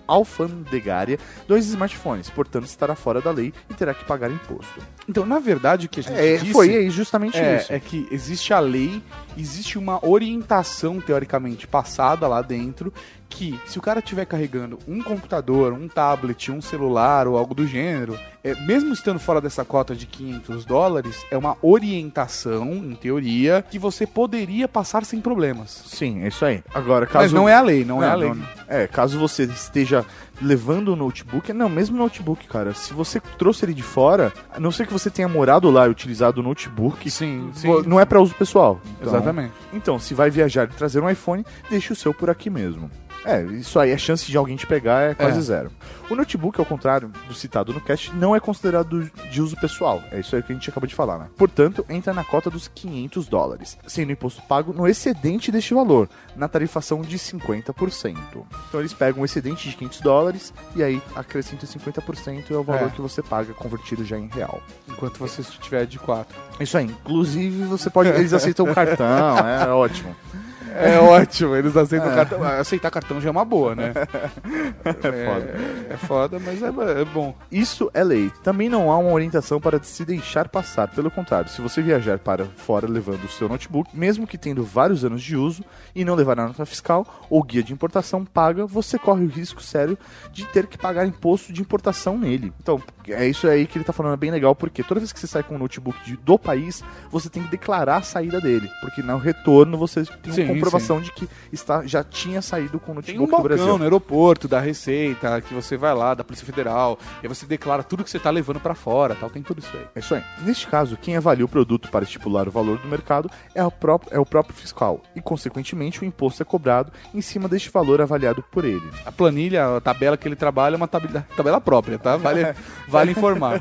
alfandegária dois smartphones, portanto estará fora da lei e terá que pagar imposto. Então, na verdade, o que a gente É, disse... foi aí justamente é, isso. é que existe a lei, existe uma orientação teoricamente passada lá dentro que se o cara estiver carregando um computador, um tablet, um celular ou algo do gênero, é, mesmo estando fora dessa cota de 500 dólares, é uma orientação, em teoria, que você poderia passar sem problemas. Sim, é isso aí. Agora, caso Mas não é a lei, não, é a Não, lei. não, não. É, caso você esteja levando o notebook, não, mesmo o notebook, cara, se você trouxe ele de fora, a não ser que você tenha morado lá e utilizado o notebook, Sim, vo- não é pra uso pessoal. Então- Exatamente. Então, se vai viajar e trazer um iPhone, deixa o seu por aqui mesmo. É, isso aí, a chance de alguém te pegar é quase É. zero. O notebook, ao contrário do citado no cast, não é considerado de uso pessoal. É isso aí que a gente acabou de falar, né? Portanto, entra na cota dos 500 dólares, sendo imposto pago no excedente deste valor, na tarifação de 50%. Então eles pegam o excedente de 500 dólares e aí acrescentam 50% é o valor É. que você paga convertido já em real. Enquanto você estiver de quatro. É Isso aí, inclusive você pode, eles aceitam o cartão, é ótimo. É ótimo, eles aceitam cartão. Ah, Aceitar cartão já é uma boa, né? É foda. É, é foda, mas é, é bom. Isso é lei. Também não há uma orientação para se deixar passar. Pelo contrário, se você viajar para fora levando o seu notebook, mesmo que tendo vários anos de uso e não levar a nota fiscal ou guia de importação paga, você corre o risco sério de ter que pagar imposto de importação nele. Então, é isso aí que ele tá falando, é bem legal, porque toda vez que você sai com um notebook de- do país, você tem que declarar a saída dele, porque no retorno você tem Sim, uma comprovação de que está, já tinha saído com o notebook Tem um do Brasil. balcão no aeroporto da Receita, que você vai lá, da Polícia Federal, e aí você declara tudo que você tá levando pra fora, tal, tem tudo isso aí. É isso aí. Neste caso, quem avalia o produto para estipular o valor do mercado é o, pró- é o próprio fiscal, e consequentemente o imposto é cobrado em cima deste valor avaliado por ele. A planilha, a tabela que ele trabalha é uma tabela, tabela própria, tá? Vale, vale informar.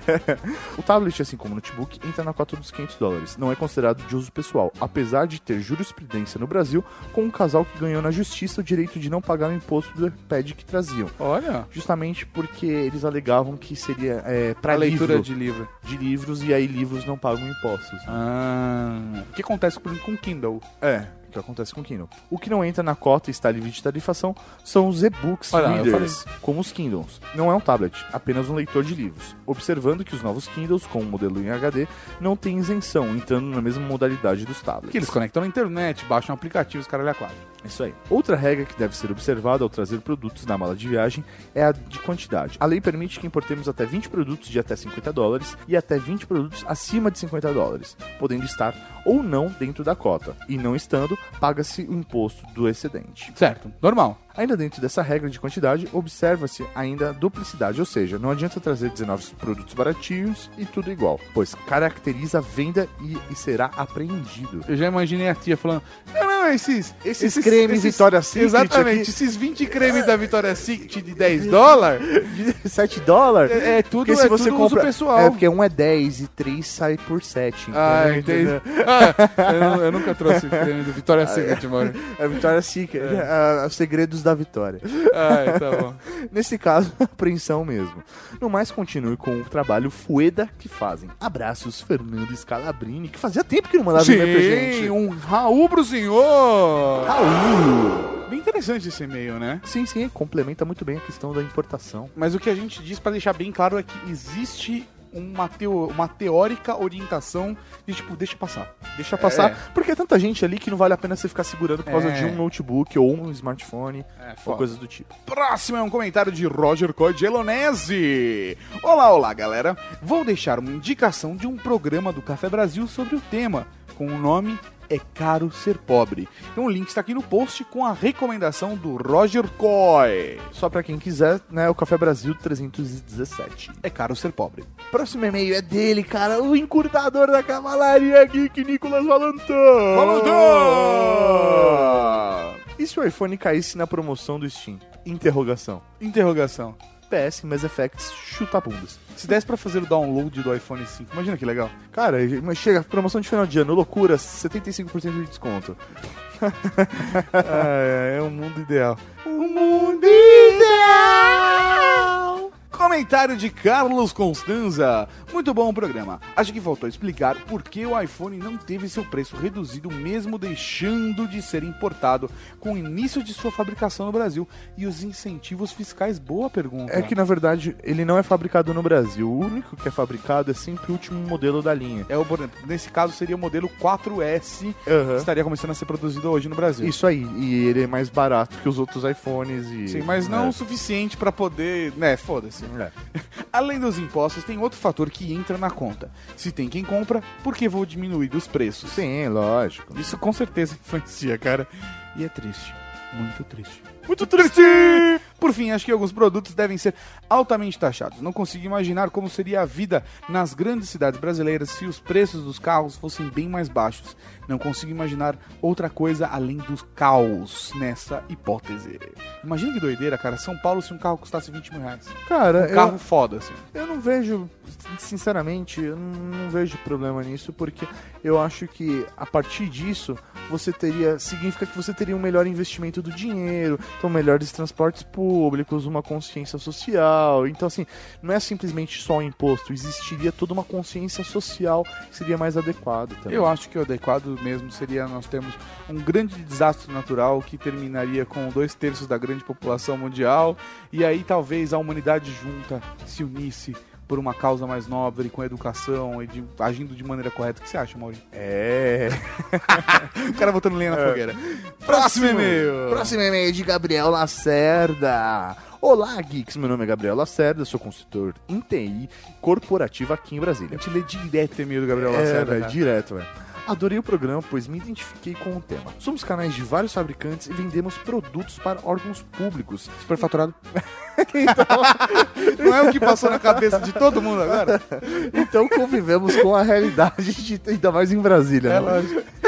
O tablet, assim como o notebook, entra na cota dos 500 dólares. Não é considerado de uso pessoal, apesar de ter jurisprudência no Brasil com um casal que ganhou na justiça o direito de não pagar o imposto do iPad que traziam. Olha, Justamente porque eles alegavam que seria é, para a leitura leitura de livro. de livros e aí livros não pagam impostos. Ah, o que acontece, por exemplo, com o Kindle? É, o que acontece com o Kindle. O que não entra na cota e está livre de tarifação são os e-books Olha lá, eu readers, como os Kindles. Não é um tablet, apenas um leitor de livros. Observando que os novos Kindles, com o modelo em HD, não têm isenção, entrando na mesma modalidade dos tablets. Que eles conectam na internet, baixam aplicativos, caralho, é claro. Isso aí. Outra regra que deve ser observada ao trazer produtos na mala de viagem é a de quantidade. A lei permite que importemos até 20 produtos de até 50 dólares e até 20 produtos acima de 50 dólares, podendo estar ou não dentro da cota. E não estando, paga-se o imposto do excedente. Certo, normal. Ainda dentro dessa regra de quantidade, observa-se ainda a duplicidade, ou seja, não adianta trazer 19 produtos baratinhos e tudo igual, pois caracteriza a venda e, e será apreendido. Eu já imaginei a tia falando: Não, não, esses. Esses cremes Vitória Secret Exatamente, aqui." esses 20 cremes da Vitória Secret de 10 dólares 7 dólares? é, é tudo, Porque se é você tudo compra- uso pessoal. É, porque um é 10 e 3 sai por 7. Ah, entendi. Ah, eu, nu- eu nunca trouxe creme do Ah, Vitória Secret, mano. É Vitória Secret, é, os segredos da vitória. Ai, tá bom. Nesse caso, apreensão mesmo. No mais, continue com o trabalho Fueda que fazem. Abraços, Fernando Scalabrini, que fazia tempo que não mandava e-mail pra gente. Sim, um Raul pro senhor! Raul! Bem interessante esse e-mail, né? Sim, sim, complementa muito bem a questão da importação. Mas o que a gente diz pra deixar bem claro é que existe uma, teo- uma teórica orientação de tipo, deixa passar. Deixa passar, porque é tanta gente ali que não vale a pena você ficar segurando por causa É. de um notebook ou um smartphone É, ou coisas do tipo. Próximo é um comentário de Roger Cordelonese. Olá, olá, galera. Vou deixar uma indicação de um programa do Café Brasil sobre o tema, com o nome É Caro Ser Pobre. Então o link está aqui no post com a recomendação do Roger Coy. Só pra quem quiser, né, o Café Brasil 317. É caro ser pobre. Próximo e-mail é dele, cara, o encurtador da cavalaria geek, Nicolas Valentão. Valentão! E se o iPhone caísse na promoção do Steam? Interrogação. Interrogação. FPS, Mass Effects, chuta bundas. Se desse pra fazer o download do iPhone 5, imagina que legal. Cara, mas chega, promoção de final de ano, loucura, 75% de desconto. é, é um mundo ideal. Um mundo ideal! Comentário de Carlos Constanza. Muito bom o programa. Acho que faltou explicar por que o iPhone não teve seu preço reduzido, mesmo deixando de ser importado com o início de sua fabricação no Brasil e os incentivos fiscais. Boa pergunta. É que na verdade ele não é fabricado no Brasil. O único que é fabricado é sempre o último modelo da linha. É o, por exemplo, nesse caso seria o modelo 4S que estaria começando a ser produzido hoje no Brasil. É. Isso aí, e ele é mais barato que os outros iPhones e. Sim, mas É. não o suficiente pra poder, né, foda-se. Além dos impostos, tem outro fator que entra na conta. Se tem quem compra, por que vou diminuir os preços? Sim, lógico. Isso com certeza influencia, cara. E é triste. Muito triste. Muito triste! Por fim, acho que alguns produtos devem ser altamente taxados. Não consigo imaginar como seria a vida nas grandes cidades brasileiras se os preços dos carros fossem bem mais baixos. Não consigo imaginar outra coisa além do caos nessa hipótese. Imagina que doideira, cara. São Paulo, se um carro custasse 20 mil reais. Cara, Um carro foda, assim. Eu não vejo, sinceramente, eu não vejo problema nisso, porque eu acho que a partir disso você teria. Significa que você teria um melhor investimento do dinheiro, então melhores transportes públicos, uma consciência social. Então, assim, não é simplesmente só um imposto, existiria toda uma consciência social que seria mais adequada também. Eu acho que o adequado mesmo seria nós termos um grande desastre natural que terminaria com dois terços da grande população mundial e aí talvez a humanidade junta se unisse por uma causa mais nobre, com educação e de- agindo de maneira correta. O que você acha, Maurício? É. O cara botando lenha na fogueira. Próximo Próximo e-mail. Próximo e-mail de Gabriel Lacerda. Olá, geeks. Meu nome é Gabriel Lacerda, sou consultor em TI corporativa aqui em Brasília. A gente lê direto e-mail do Gabriel É, Lacerda. né? velho, cara. direto, velho. Adorei o programa, pois me identifiquei com o tema. Somos canais de vários fabricantes e vendemos produtos para órgãos públicos. Superfaturado. Não é o que passou na cabeça de todo mundo agora? Então convivemos com a realidade, de, ainda mais em Brasília. né?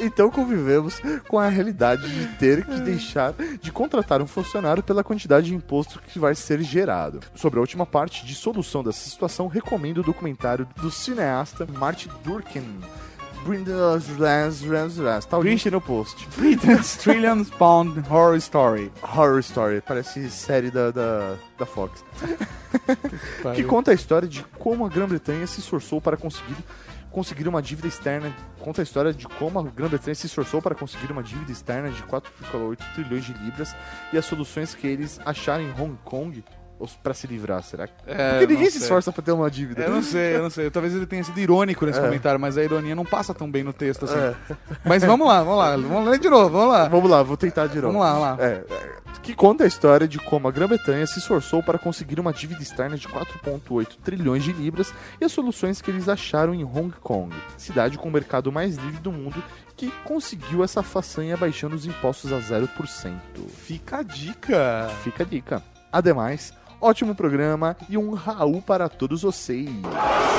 E- então convivemos com a realidade de ter que deixar de contratar um funcionário pela quantidade de imposto que vai ser gerado. Sobre a última parte de solução dessa situação, recomendo o documentário do cineasta Martin Durkin. Brindas, Rans, Rans, Rans. Tá o link no post. Britain's Trillion Pound Horror Story. Horror Story, parece série da, da, da Fox. que Pariu. conta a história de como a Grã-Bretanha se esforçou para conseguir conseguir uma dívida externa. Conta a história de como a Grã-Bretanha se esforçou para conseguir uma dívida externa de 4,8 trilhões de libras e as soluções que eles acharam em Hong Kong para se livrar, será? que- Porque ninguém É, não se sei. esforça para ter uma dívida. Eu não sei, eu não sei. Talvez ele tenha sido irônico É. nesse comentário, mas a ironia não passa tão bem no texto assim. Mas vamos lá, vamos lá. Vamos ler de novo, vamos lá. Vamos lá, vou tentar de novo. Vamos lá, vamos lá. É, é, que conta a história de como a Grã-Bretanha se esforçou para conseguir uma dívida externa de 4,8 trilhões de libras e as soluções que eles acharam em Hong Kong, cidade com o mercado mais livre do mundo, que conseguiu essa façanha baixando os impostos a 0%. Fica a dica. Fica a dica. Ademais, ótimo programa e um Raul para todos vocês.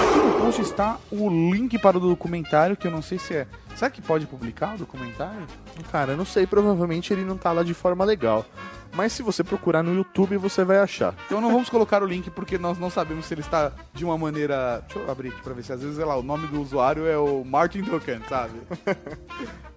Aqui no post está o link para o documentário, que eu não sei se é. Será que pode publicar o documentário? Cara, eu não sei, provavelmente ele não tá lá de forma legal. Mas se você procurar no YouTube, você vai achar. Então não vamos colocar o link porque nós não sabemos se ele está de uma maneira. Deixa eu abrir aqui pra ver se às vezes, sei lá, o nome do usuário é o Martin Token, sabe?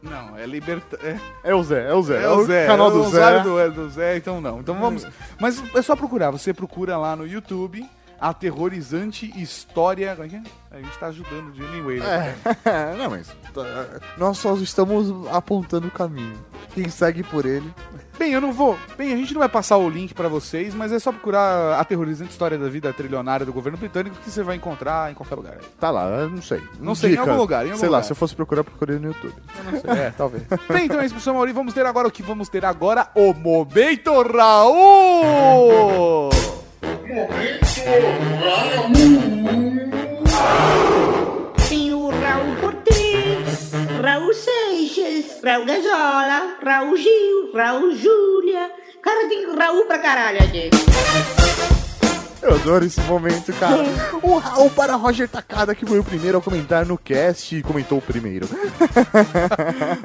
Não, é liberta. é- É o Zé, é o Zé. É o Zé, canal é do o Zé. usuário do, é do Zé, então não. Então vamos. Mas é só procurar. Você procura lá no YouTube Aterrorizante História. Como é que é? A gente tá ajudando de anyway. né? É, não, mas tá, nós só estamos apontando o caminho. Quem segue por ele. Bem, eu não vou. Bem, a gente não vai passar o link pra vocês, mas é só procurar Aterrorizante História da Vida Trilionária do Governo Britânico que você vai encontrar em qualquer lugar. Tá lá, eu não sei. Não sei, em algum lugar, em algum sei lá, lugar. se eu fosse procurar, eu procurei no YouTube. É, talvez. Bem, então é isso, professor Mauri. Vamos ter agora o que vamos ter agora? O Momento Raul! Tem o Raul Cortez, Raul Seixas, Raul Gazola, Raul Gil, Raul Júlia. Cara, tem Raul pra caralho aqui. Eu adoro esse momento, cara. O Raul para Roger Takada, que foi o primeiro a comentar no cast e comentou o primeiro.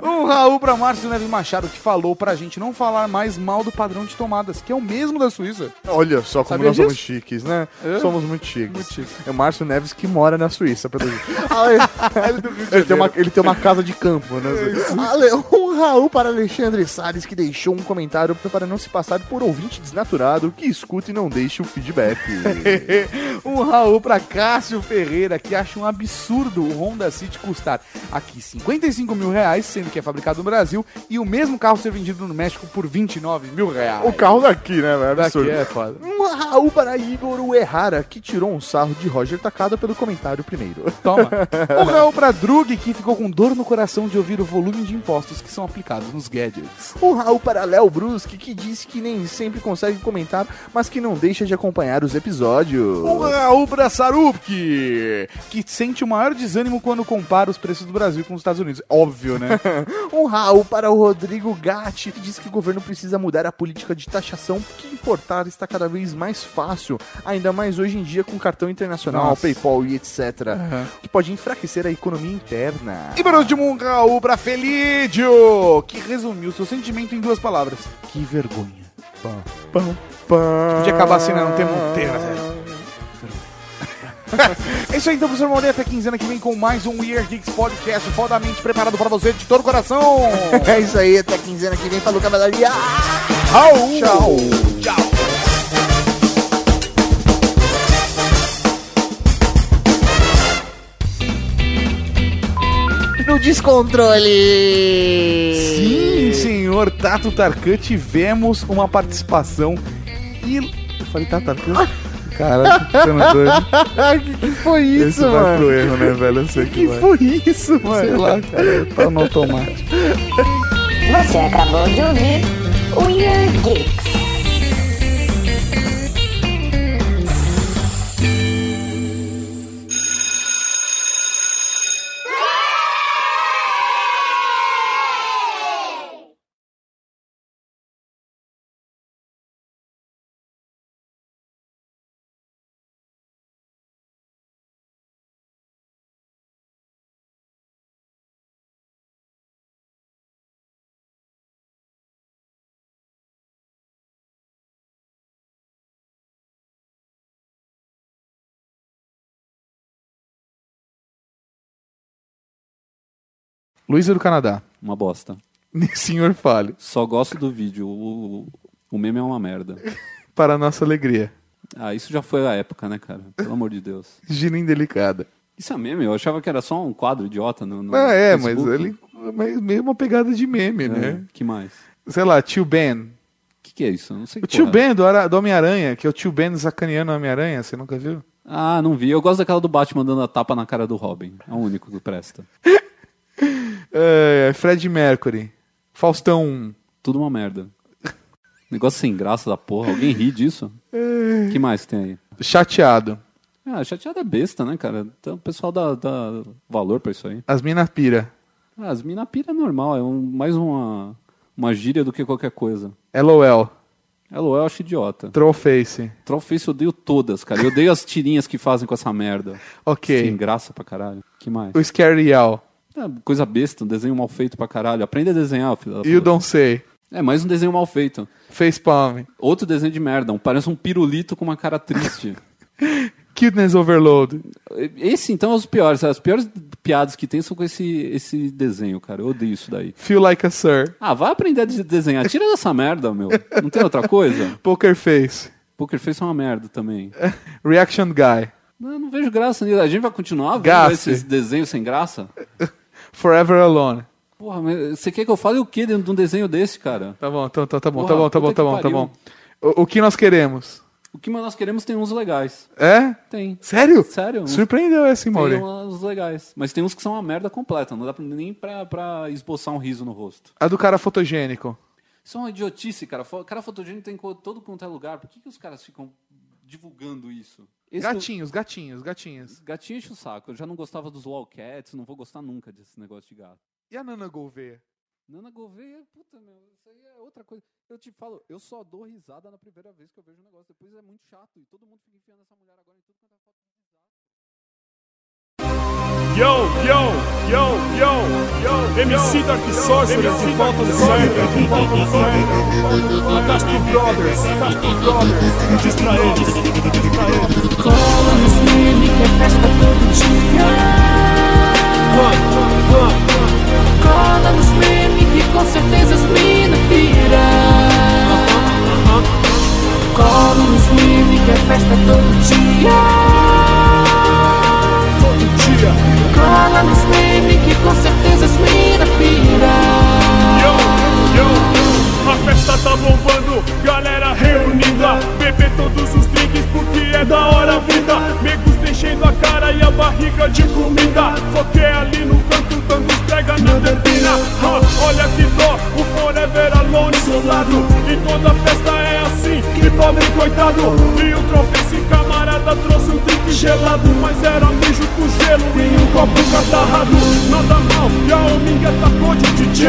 Um Raul pra Márcio Neves Machado que falou pra gente não falar mais mal do padrão de tomadas, que é o mesmo da Suíça. Olha só como Sabia nós somos disso? chiques, né? É. Somos muito chiques. Muito chiques. É o Márcio Neves que mora na Suíça, pelo jeito. Ah, ele- ele, tem uma, ele tem uma casa de campo, né? É Ale- um Raul para Alexandre Salles, que deixou um comentário para não se passar por ouvinte desnaturado que escuta e não deixa o feedback. um Raul pra Cássio Ferreira, que acha um absurdo o Honda City custar aqui 55 mil reais, sendo que é fabricado no Brasil, e o mesmo carro ser vendido no México por 29 mil reais. o carro daqui, né? velho? É Daqui absurdo. é foda. Um Raul para Igor Uehara, que tirou um sarro de Roger Takada pelo comentário primeiro. Toma. Um Raul pra Drug, que ficou com dor no coração de ouvir o volume de impostos que são aplicados nos gadgets. Um Raul para Léo Brusque, que disse que nem sempre consegue comentar, mas que não deixa de acompanhar os episódios. Um Raul pra Sarupki, que sente o maior desânimo quando compara os preços do Brasil com os Estados Unidos. Óbvio, né? Um Raul para o Rodrigo Gatti, que diz que o governo precisa mudar a política de taxação, porque importar está cada vez mais fácil, ainda mais hoje em dia com cartão internacional, Nossa. PayPal e etc. Que pode enfraquecer a economia interna. E por último, um Raul pra Felídio, que resumiu seu sentimento em duas palavras. Que vergonha. Pão, Podia acabar assim, né? Não tem monteira, velho. É isso aí, então, professor Moreira, até quinzena que vem com mais um Year Geeks Podcast fodamente preparado pra você de todo o coração. É isso aí, até quinzena que vem. Falou, cavalaria. Tchau. No descontrole. Sim, senhor Tato Tarkan, tivemos uma participação e... Eu falei Tato Tarkan? Cara, tô ficando doido. que, que foi isso, Esse vai mano? pro erro, né, velho? Eu sei que, Que vai. foi isso, mano? Sei lá, cara, tá no automático. Você acabou de ouvir o Year Geeks. Luísa do Canadá. Uma bosta. Senhor fale. Só gosto do vídeo. O, o- o meme é uma merda. Para a nossa alegria. Ah, isso já foi a época, né, cara? Pelo amor de Deus. Gina indelicada. Isso é meme? Eu achava que era só um quadro idiota no. no Ah, é, mas Facebook. ele. Mas meio uma pegada de meme, É, né? Que mais? Sei lá, tio Ben. O que, que é isso? Eu não sei O que tio É. porra é. Ben do, Ara- do Homem-Aranha, que é o tio Ben sacaneando o Homem-Aranha, você nunca viu? Ah, não vi. Eu gosto daquela do Batman dando a tapa na cara do Robin. É o único que presta. É, Fred Mercury. Faustão 1. Tudo uma merda. Negócio sem graça da porra. Alguém ri disso? É. que mais que tem aí? Chateado. Ah, chateada é besta, né, cara? Então o pessoal dá, dá valor pra isso aí. As Minas Pira. Ah, as mina pira é normal. É um- mais uma, uma gíria do que qualquer coisa. LOL. LOL eu acho idiota. Trollface. Trollface eu odeio todas, cara. Eu odeio as tirinhas que fazem com essa merda. Ok. Sem graça pra caralho. que mais? O Scary Al. Ah, coisa besta, um desenho mal feito pra caralho. Aprende a desenhar, filho da You puta. Don't Say. É, mais um desenho mal feito. Facepalm. Outro desenho de merda. Um, parece um pirulito com uma cara triste. Cuteness Overload. Esse, então, é os piores. As piores piadas que tem são com esse, esse desenho, cara. Eu odeio isso daí. Feel Like a Sir. Ah, vai aprender a de- desenhar. Tira dessa merda, meu. Não tem outra coisa? Poker Face. Poker Face é uma merda também. É. Reaction Guy. Eu não vejo graça nisso. A gente vai continuar vendo Gafe. esses desenhos sem graça? Forever Alone. Porra, mas você quer que eu fale o que dentro de um desenho desse, cara? Tá bom, então, então tá bom, tá Porra, bom, tá bom, puta tá que bom, tá pariu. bom. O, o que nós queremos? O que nós queremos tem uns legais. É? Tem. Sério? Sério? uns- Surpreendeu essa, hein, Tem Mauri? uns legais. Mas tem uns que são uma merda completa. Não dá pra- nem pra, pra esboçar um riso no rosto. A do cara fotogênico. Isso é uma idiotice, cara. Fo- Cara fotogênico tem em co- todo quanto é lugar. Por que, que os caras ficam divulgando isso? Esse Gatinhos, gatinhos, gatinhos. do- Gatinho enche o saco. Eu já não gostava dos lolcats, não vou gostar nunca desse negócio de gato. E a Nana Gouveia? Nana Gouveia, puta, meu, isso aí é outra coisa. Eu te falo, eu só dou risada na primeira vez que eu vejo o negócio. Depois é muito chato e todo mundo fica enfiando essa mulher agora em tudo quanto é foto de desastre. Yo, yo, yo, yo, yo, MC Dark Sorcerers de volta do sangue. Castro Brothers, Castro Brothers, diz pra eles, diz pra eles. Cola nos meme que é festa todo dia. Cola nos meme que com certeza as mina pira. Cola nos meme que é festa todo dia. Todo dia cola nos meme que com certeza as mina pira. Yo, yo, a festa tá bombando, galera reunida. Beber todos os drinks porque é da hora a vida. Negos deixando a cara e a barriga de comida. Foquei ali no canto, dando os prega na turbina. Ah, olha que dó, o Forever Alone solado. E toda festa é assim, que pobre coitado. E o troféu esse camarada trouxe um drink gelado. Mas era mijo com gelo e um copo catarrado. Nada mal, e a Ominga atacou de DJ.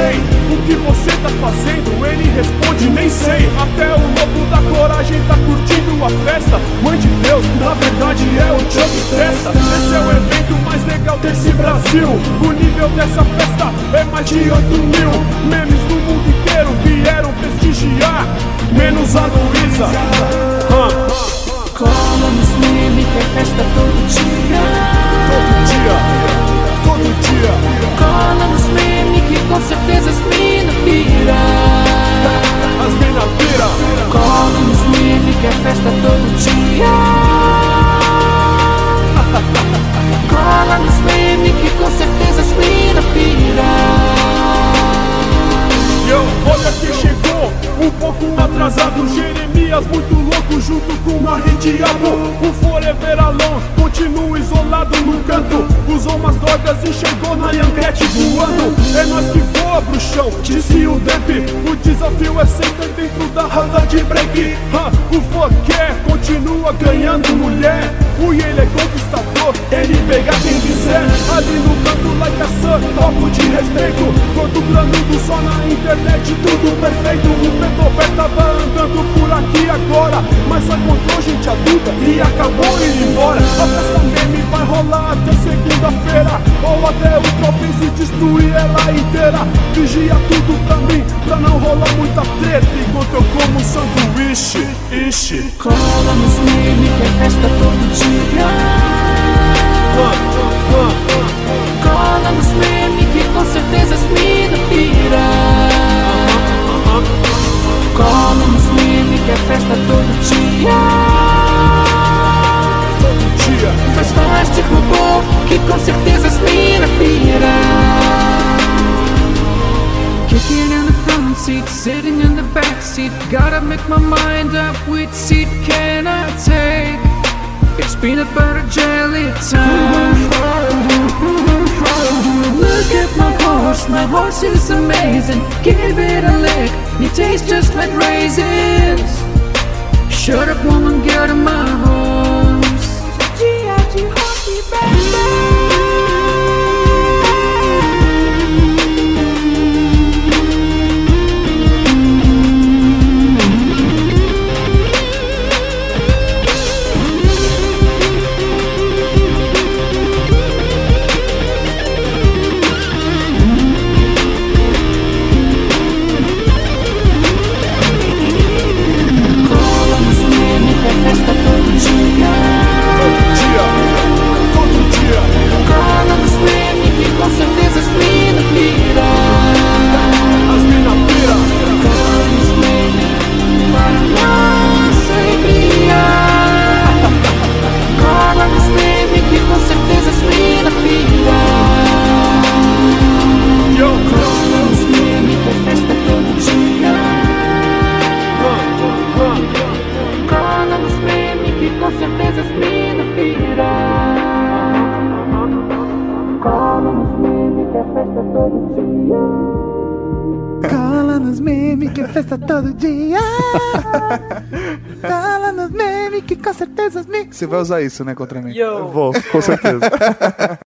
O que você tá fazendo? Ele responde, nem sei. Até o lobo da coragem tá curtindo a festa. Mãe de Deus, na verdade é o Chuck Testa. Esse é o evento mais legal desse Brasil. O nível dessa festa é mais de 8 mil. Memes do mundo inteiro vieram prestigiar. Menos a Luísa. Cola nos memes que é festa todo dia. Todo dia, todo dia. Cola nos memes que com certeza as mina pira. As mina pira. Cola nos memes que é festa todo dia. Cola nos memes que com certeza as mina pira. Yo, olha quem chegou, um pouco atrasado Jeremias muito louco junto com uma Diabo O Forever Alone continua isolado no canto Usou umas drogas e chegou na Yanquete voando É nós que voa, bruxão, disse o Depp O desafio é sempre dentro da roda de break ha, O Foquer continua ganhando mulher O ele é conquistador, ele pega quem quiser Ali no canto, like a sun, topo de respeito Todo granudo só na internet tudo perfeito O Petover tava andando por aqui agora Mas só encontrou gente adulta e acabou indo embora A festa meme vai rolar até segunda-feira Ou até o shopping se destruir ela inteira Vigia tudo pra mim, pra não rolar muita treta Enquanto eu como um sanduíche, ishi Cola nos meme que é festa todo dia Cola nos meme que com certeza as mina pira Cola nos meme que é festa todo dia Todo dia Faz parte robô que com certeza as mina pira Kicking in the front seat, sitting in the back seat Gotta make my mind up, which seat can I take? It's peanut butter jelly time. Look at my horse, my horse is amazing. Give it a lick, it tastes just like raisins. Shut up, woman, get out of my horse. G.I.G. horsey, Cola nos meme que é festa todo dia. Todo dia, todo dia. Cola nos meme que com certeza as mina pira. As mina pira. Cola nos meme para nós alegria. Cola nos meme que com certeza as mina pira. Cola nos meme que é festa todo dia. Cola nos meme que com certeza as mina pira Cola nos meme que é festa todo dia Cola nos meme que é festa todo dia Cola nos meme que com certeza as mina Você vai usar isso, né, contra mim? Eu vou, com certeza.